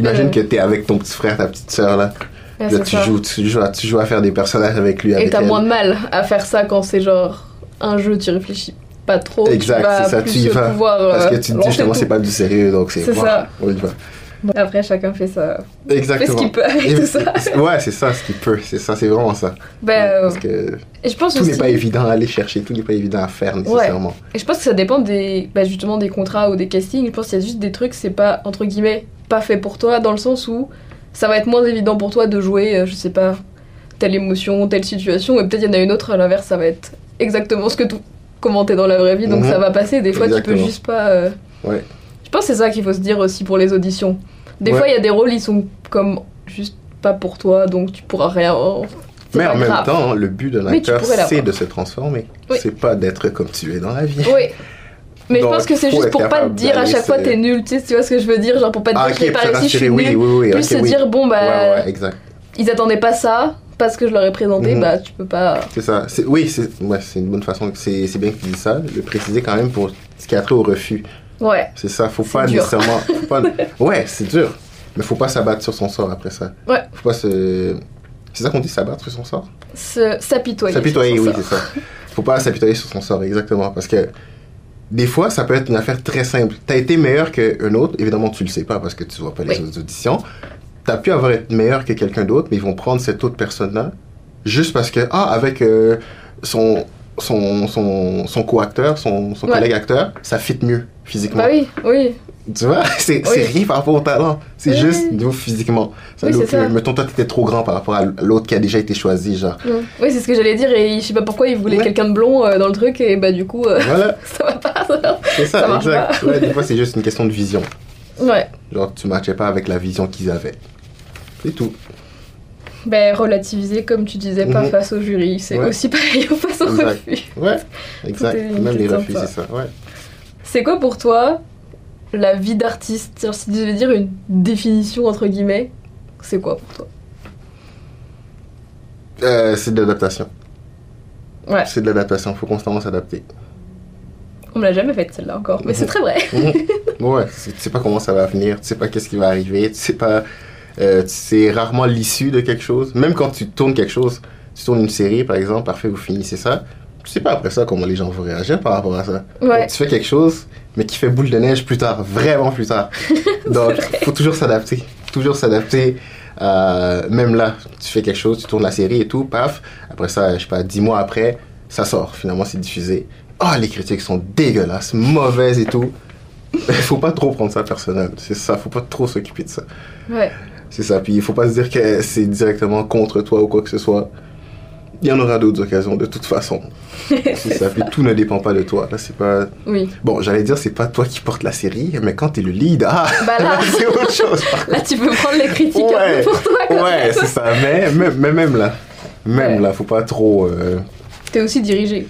Imagine Euh. que t'es avec ton petit frère, ta petite soeur, là. Ouais, là, c'est tu ça. joues, tu joues, à, tu joues à faire des personnages avec lui, Et avec t'as elle. moins de mal à faire ça quand c'est genre un jeu, tu réfléchis pas trop. Exact, tu vas c'est ça, plus tu y vas. Pouvoir, Parce euh, que tu te dis lancer justement, tout. c'est pas du sérieux, donc c'est. C'est bon, ça. On y va. Bon, Après, chacun fait ça. Fait ce Exactement. qu'il peut avec tout ça. Ouais, c'est ça ce qu'il peut. C'est ça, c'est vraiment ça. Ben, euh, Parce que et je pense tout n'est aussi. pas évident à aller chercher, tout n'est pas évident à faire nécessairement. Et je pense que ça dépend des, bah, justement des contrats ou des castings. Je pense qu'il y a juste des trucs, c'est pas entre guillemets pas fait pour toi, dans le sens où ça va être moins évident pour toi de jouer, euh, je sais pas, telle émotion, telle situation, et peut-être il y en a une autre à l'inverse, ça va être exactement ce que tout comment t'es dans la vraie vie, donc Mhm. ça va passer. Des fois, tu peux Exactement. juste pas. euh, Ouais. Je pense que c'est ça qu'il faut se dire aussi pour les auditions. Des Ouais. fois, il y a des rôles, ils sont comme juste pas pour toi, donc tu pourras rien. C'est Mais pas en même grave. temps, le but d'un Mais tu acteur, pourrais l'avoir. c'est de se transformer. Oui. C'est pas d'être comme tu es dans la vie. Oui. Mais Donc, je pense que c'est faut juste être pour pas te capable dire à d'aller chaque fois se- t'es nul, tu sais, tu vois ce que je veux dire, genre pour pas te dire que j'ai pas Ah, pour te réussi, je suis rassurer, nul. oui, oui, oui. Plus ok, se oui. dire bon bah Ouais, ouais, exact. ils attendaient pas ça parce que je leur ai présenté, Mhm. bah tu peux pas. C'est ça. C'est- Oui, c'est ouais, c'est une bonne façon. C'est c'est bien que tu dis ça. Le préciser quand même pour ce qui a trait au refus. Ouais, C'est ça. Faut C'est pas dur. nécessairement. faut pas- Ouais, c'est dur. Mais faut pas s'abattre sur son sort après ça. Ouais. Faut pas se. C'est ça qu'on dit, s'abattre sur son sort se- s'apitoyer. S'apitoyer, sur oui, son c'est sort. ça. Faut pas s'apitoyer sur son sort, exactement. Parce que des fois, ça peut être une affaire très simple. T'as été meilleur qu'un autre, évidemment, tu le sais pas parce que tu vois pas les Oui. autres auditions. T'as pu avoir été meilleur que quelqu'un d'autre, mais ils vont prendre cette autre personne-là juste parce que, ah, avec euh, son, son, son, son co-acteur, son, son Ouais. collègue acteur, ça fit mieux physiquement. Bah oui, oui, Tu vois, c'est Oui. c'est rien par rapport au talent. C'est Oui. juste niveau physiquement. Ça Oui, n'a c'est aucun- ça. Mettons, toi, t'étais trop grand par rapport à l'autre qui a déjà été choisi, genre. Mm. oui c'est ce que j'allais dire et je sais pas pourquoi ils voulaient Ouais. quelqu'un de blond euh, dans le truc et bah du coup euh, Voilà. ça va pas. ça. C'est ça, Ça marche exact. pas. Ouais, des fois, c'est juste une question de vision. ouais, Genre, tu matchais pas avec la vision qu'ils avaient. C'est tout. ben relativiser comme tu disais pas Mhm. face au jury, c'est Ouais. aussi pareil face au Exact. refus. Ouais, exact. Tout est Même les question de refus, ça. c'est ça. Ouais. C'est quoi pour toi la vie d'artiste Genre, Si tu devais dire une définition entre guillemets, c'est quoi pour toi Euh, c'est de l'adaptation. Ouais. C'est de l'adaptation. Faut constamment s'adapter. On me l'a jamais faite celle-là encore, mais c'est très vrai. Mhm. ouais. Tu sais pas comment ça va venir. Tu sais pas qu'est-ce qui va arriver. Tu sais pas. euh, tu sais rarement l'issue de quelque chose. Même quand tu tournes quelque chose, tu tournes une série, par exemple, parfait, vous finissez ça. Tu sais pas après ça comment les gens vont réagir par rapport à ça. Ouais, Tu fais quelque chose, mais qui fait boule de neige plus tard, vraiment plus tard. Donc, faut toujours s'adapter. Toujours s'adapter. euh, même là, tu fais quelque chose, tu tournes la série et tout, paf. Après ça, je sais pas, dix mois après, ça sort. Finalement, c'est diffusé. Ah, les critiques sont dégueulasses, mauvaises et tout. faut pas trop prendre ça personnel. C'est ça, faut pas trop s'occuper de ça. ouais, C'est ça. Puis il faut pas se dire que c'est directement contre toi ou quoi que ce soit. Il y en aura d'autres occasions de toute façon. C'est ça. Puis tout ne dépend pas de toi. Là, c'est pas. oui. Bon, j'allais dire, c'est pas toi qui portes la série, mais quand t'es le lead, ah, Bah là, c'est autre chose. là tu peux prendre les critiques un peu Ouais. pour toi quand Ouais, même. c'est ça. Mais, mais, mais même là, même Ouais. là, faut pas trop. euh, T'es aussi dirigé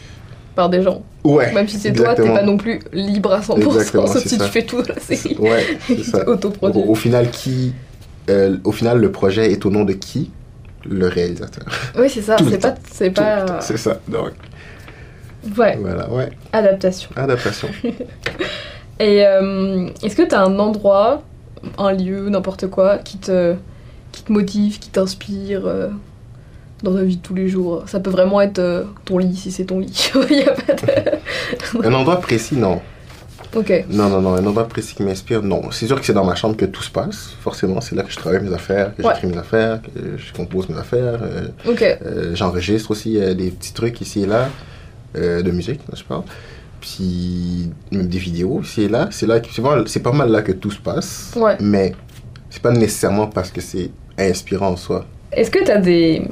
par des gens. Ouais. Même si c'est toi, t'es exactement. pas non plus libre à 100%, Exactement, sauf c'est si ça. tu fais tout dans la série. Ouais, c'est ça. Au, Autoproduit. au final, qui. euh, au final, le projet est au nom de qui Le réalisateur. Oui, c'est ça, Tout c'est le pas. C'est Tout le pas. temps, C'est ça. Donc, Ouais, voilà, ouais. adaptation. Adaptation. Et euh, est-ce que t'as un endroit, un lieu, n'importe quoi, qui te, qui te motive, qui t'inspire euh, dans ta vie de tous les jours Ça peut vraiment être euh, ton lit, si c'est ton lit. Il y a pas de... un endroit précis, non. Ok, Non, non, non, un endroit précis qui m'inspire, non. C'est sûr que c'est dans ma chambre que tout se passe, forcément. C'est là que je travaille mes affaires, que Ouais. j'écris mes affaires, que je compose mes affaires. euh, ok. Euh, j'enregistre aussi euh, des petits trucs ici et là euh, de musique, là, je parle. puis des vidéos, c'est là, c'est là, c'est pas, c'est pas mal là que tout se passe. Ouais. Mais c'est pas nécessairement parce que c'est inspirant en soi. Est-ce que t'as des,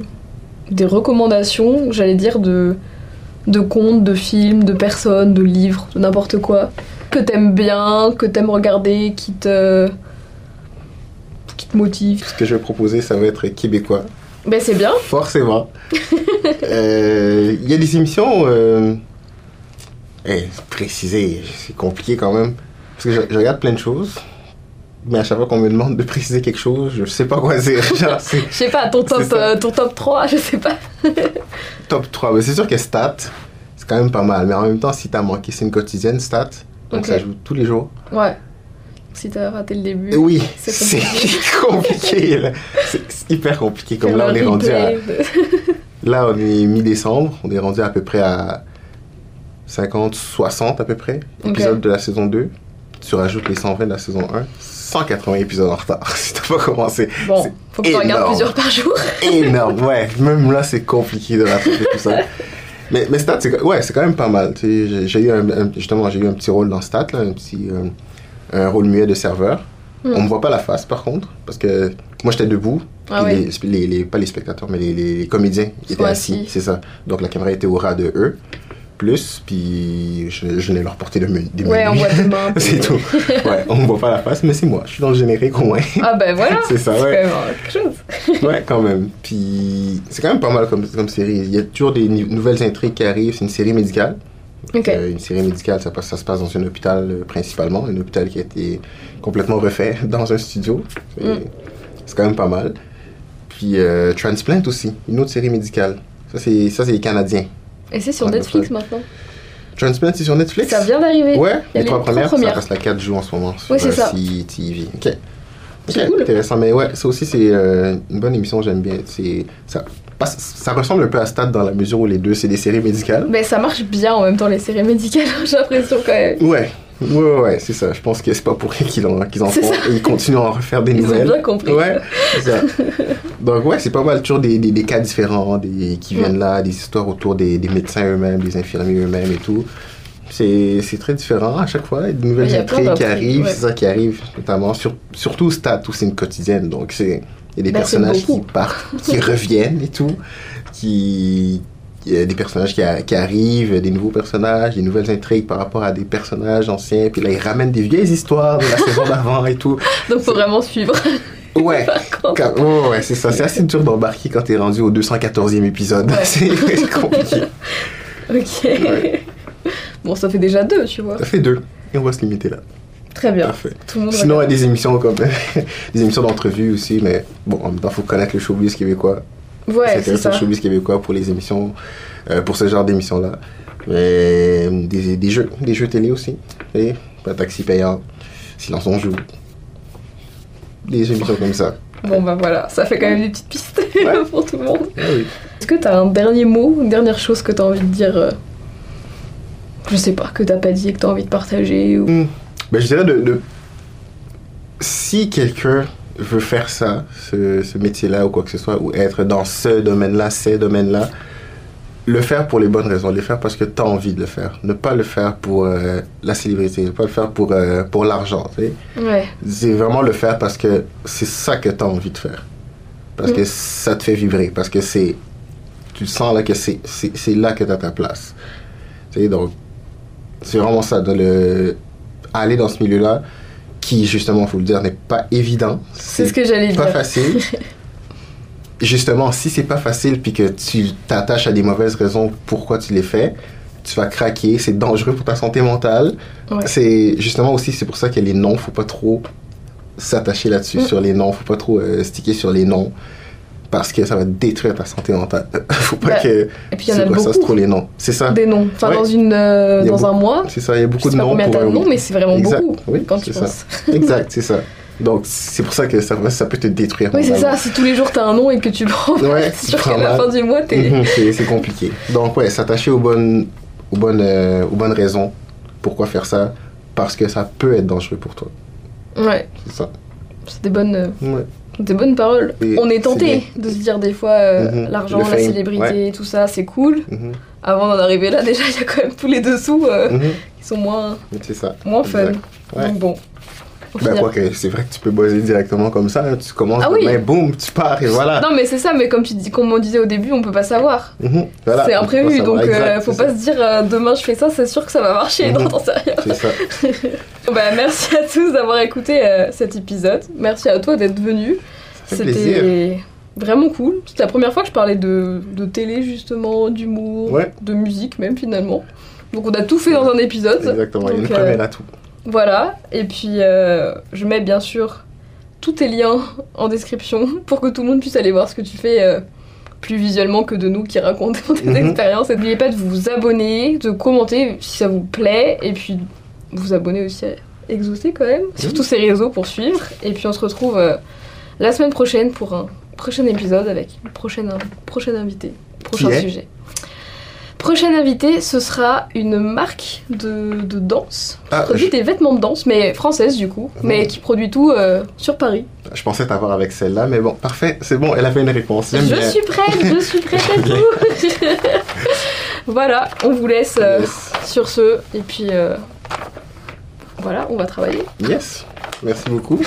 des recommandations, j'allais dire, de, de contes, de films, de personnes, de livres, de n'importe quoi, que t'aimes bien, que t'aimes regarder, qui te, qui te motive Ce que je vais proposer, ça va être québécois. Ben c'est bien. Forcément. Euh, Il y a des émissions. Euh... eh, préciser, c'est compliqué quand même. Parce que je, je regarde plein de choses. Mais à chaque fois qu'on me demande de préciser quelque chose, je sais pas quoi dire. Genre, c'est Je sais pas, ton top, C'est ça. euh, ton top 3, je sais pas. top 3. Mais c'est sûr que stat, c'est quand même pas mal. Mais en même temps, si t'as manqué, c'est une quotidienne stat. Donc Ok. ça joue tous les jours. Ouais. Si t'as raté le début. Et oui, Mm. C'est c'est compliqué. là. C'est c'est hyper compliqué. Comme faire là, un on est rendu à, replay de- Là, on est mi-décembre, on est rendu à peu près à 50, 60 à peu près Ok. épisodes de la saison 2. Tu rajoutes les 120 de la saison 1, 180 épisodes en retard si t'as pas commencé. Bon, faut que tu regardes énorme. plusieurs par jour. Énorme, ouais, même là c'est compliqué de rattraper tout ça. Mais, mais Stat, c'est, ouais, c'est quand même pas mal. tu sais, j'ai, j'ai eu un- un- justement, j'ai eu un petit rôle dans Stat, là, un petit euh, un rôle muet de serveur. Hmm. On me voit pas la face par contre, parce que moi j'étais debout, Ah puis ouais. les, les- les- pas les spectateurs, mais les, les- les comédiens qui étaient Soit assis, assis. c'est ça. Donc la caméra était au ras de eux, plus, puis je, je l'ai leur porté de me- des Ouais, on menus. voit tes mains. c'est tout. Ouais, on me voit pas la face, mais c'est moi. Je suis dans le générique au moins. Ah ben voilà. C'est ça, quand ouais. même euh, quelque chose. Ouais, quand même. Puis c'est quand même pas mal comme, comme série. Il y a toujours des ni- nouvelles intrigues qui arrivent. C'est une série médicale. Ok. Euh, une série médicale, ça, passe- ça se passe dans un hôpital euh, principalement, un hôpital qui a été complètement refait dans un studio. C'est Mm. c'est quand même pas mal. Puis euh, Transplant aussi, une autre série médicale. Ça, c'est ça, c'est les Canadiens. Et c'est sur Ouais, Netflix maintenant. Transplant, c'est sur Netflix Ça vient d'arriver. Ouais, Il y a les les trois trois premières, premières. ça reste la 4 jours en ce moment sur Ouais, c'est euh, ça. CTV. Ok. C'est Ok, cool. intéressant. Mais ouais, ça aussi, c'est euh, une bonne émission, j'aime bien. C'est- Ça, parce- ça ressemble un peu à Stade dans la mesure où les deux, c'est des séries médicales. Mais ça marche bien en même temps les séries médicales, j'ai l'impression quand même. Ouais, ouais, ouais, ouais, c'est ça. Je pense que c'est pas pour rien qu'ils en, qu'ils en C'est font. Et ils continuent à en refaire des Ils ont nouvelles. bien compris. Ouais, c'est ça. Donc, ouais, c'est pas mal. Toujours des, des, des cas différents des, qui viennent là, des histoires autour des, des médecins eux-mêmes, des infirmiers eux-mêmes et tout. C'est c'est très différent à chaque fois. De Il nouvelles y a plein intrigues qui d'intrigues, arrivent, ouais. c'est ça qui arrive, notamment. sur- surtout au stade où c'est une quotidienne. Donc, c'est. Il y a des Bah, c'est personnages qui beaucoup. partent, qui reviennent et tout, qui, il y a des personnages qui, a- qui arrivent, des nouveaux personnages, des nouvelles intrigues par rapport à des personnages anciens. Puis là, ils ramènent des vieilles histoires de la saison d'avant et tout. Donc faut vraiment suivre. Ouais. Par contre. Quand- ouais, ouais, c'est ça. C'est assez dur d'embarquer quand t'es rendu au 214e épisode. Ouais. c'est c'est compliqué. Ok. Ouais. Bon, ça fait déjà deux, tu vois. Ça fait deux. Et on va se limiter là. Très bien. Parfait. Tout le monde. Sinon, il y a regarde. des émissions comme des émissions d'entrevue aussi, mais bon, en même temps, faut connaître le showbiz québécois. Ouais, c'est s'intéresser ça. au showbiz québécois pour les émissions, euh, pour ce genre d'émissions-là. Mais euh, des, des jeux, des jeux télé aussi. Et pas taxi payant, silence on joue. Des émissions comme ça. Bon bah voilà, ça fait quand même des petites pistes Ouais. pour tout le monde. Ah oui. Est-ce que t'as un dernier mot, une dernière chose que t'as envie de dire euh, Je sais pas, que t'as pas dit et que t'as envie de partager ou... Ben, je dirais de, de- Si quelqu'un veut faire ça, ce, ce métier-là ou quoi que ce soit, ou être dans ce domaine-là, ces domaines-là, le faire pour les bonnes raisons, le faire parce que tu as envie de le faire. Ne pas le faire pour euh, la célébrité, ne pas le faire pour, euh, pour l'argent. tu sais. Ouais, C'est vraiment le faire parce que c'est ça que tu as envie de faire. Parce Mm. que ça te fait vibrer, parce que c'est. Tu sens là que c'est c'est- c'est là que tu as ta place. Tu sais, donc, c'est vraiment ça. De le, aller dans ce milieu-là, qui, justement, faut le dire, n'est pas évident. c'est ce que j'allais pas dire. facile. justement, si c'est pas facile, puis que tu t'attaches à des mauvaises raisons pourquoi tu les fais, tu vas craquer, c'est dangereux pour ta santé mentale. Ouais. C'est justement aussi, c'est pour ça que les noms, faut pas trop s'attacher là-dessus, Mm. sur les noms, faut pas trop euh, sticker sur les noms, parce que ça va détruire ta santé mentale. faut pas Bah, que Et puis il y en tu a ressasses trop beaucoup les noms. C'est ça, des noms. Enfin Ouais. dans une euh, Il y a dans un mois, c'est ça, il y a je beaucoup sais de pas noms combien pour t'as de un- noms, mais c'est vraiment Exact. beaucoup Oui, quand tu c'est ça. penses. Exact, c'est ça. Donc c'est pour ça que ça, ça peut te détruire. Oui c'est mentalement. ça, si tous les jours t'as un nom et que tu le prends, Ouais, c'est tu sûr prends qu'à la mal. fin du mois t'es... Mhm, c'est c'est compliqué. Donc, ouais, s'attacher aux bonnes, aux, bonnes, euh, aux bonnes raisons. Pourquoi faire ça Parce que ça peut être dangereux pour toi. Mhm. Ouais, C'est ça. c'est des bonnes... euh, Ouais. Des bonnes paroles. Et on est c'est tenté de se dire des fois euh, Mhm. l'argent, Le la fame, célébrité, tout ça, c'est cool. Mhm. avant d'en arriver là, déjà, il y a quand même tous les dessous euh, Mhm. qui sont moins, C'est ça. moins fun. Exact. Ouais. Donc bon. Au Ben, final- quoi que c'est vrai que tu peux bosser directement comme ça. hein. Tu commences Ah oui. demain, boum, tu pars et voilà. Non mais c'est ça, mais comme tu dis, comme on disait au début, on peut pas savoir. Mhm. Voilà. c'est Faut imprévu, savoir. donc euh, Exact, faut c'est pas se dire euh, demain je fais ça, c'est sûr que ça va marcher. Non, Mhm. t'en sais rien. ça. C'est ça. Bah, merci à tous d'avoir écouté euh, cet épisode. Merci à toi d'être venu. Ça fait plaisir. C'était vraiment cool. C'était la première fois que je parlais de, de télé, justement, d'humour, Ouais. de musique, même finalement. Donc, on a tout fait dans un épisode. Exactement. Il y a une Donc, euh, première à tout. Voilà. Et puis, euh, je mets bien sûr tous tes liens en description pour que tout le monde puisse aller voir ce que tu fais. euh, plus visuellement que de nous qui racontons des Mhm. expériences. Et N'oubliez pas de vous abonner, de commenter si ça vous plaît, et puis vous abonner aussi à Exaucé quand même, sur tous ces réseaux pour suivre. Et puis on se retrouve euh, la semaine prochaine pour un prochain épisode avec une prochaine, prochaine invitée, prochain est sujet. Prochaine invitée, ce sera une marque de, de danse qui Ah, produit je, des vêtements de danse, mais française du coup, mais qui produit tout euh, sur Paris. je pensais t'avoir avec celle-là, mais bon, parfait. C'est bon, elle a fait une réponse. Je J'aime bien. suis prête, je suis prête à tout. voilà, on vous laisse euh, Yes. sur ce, et puis euh, voilà, on va travailler. yes. Merci beaucoup.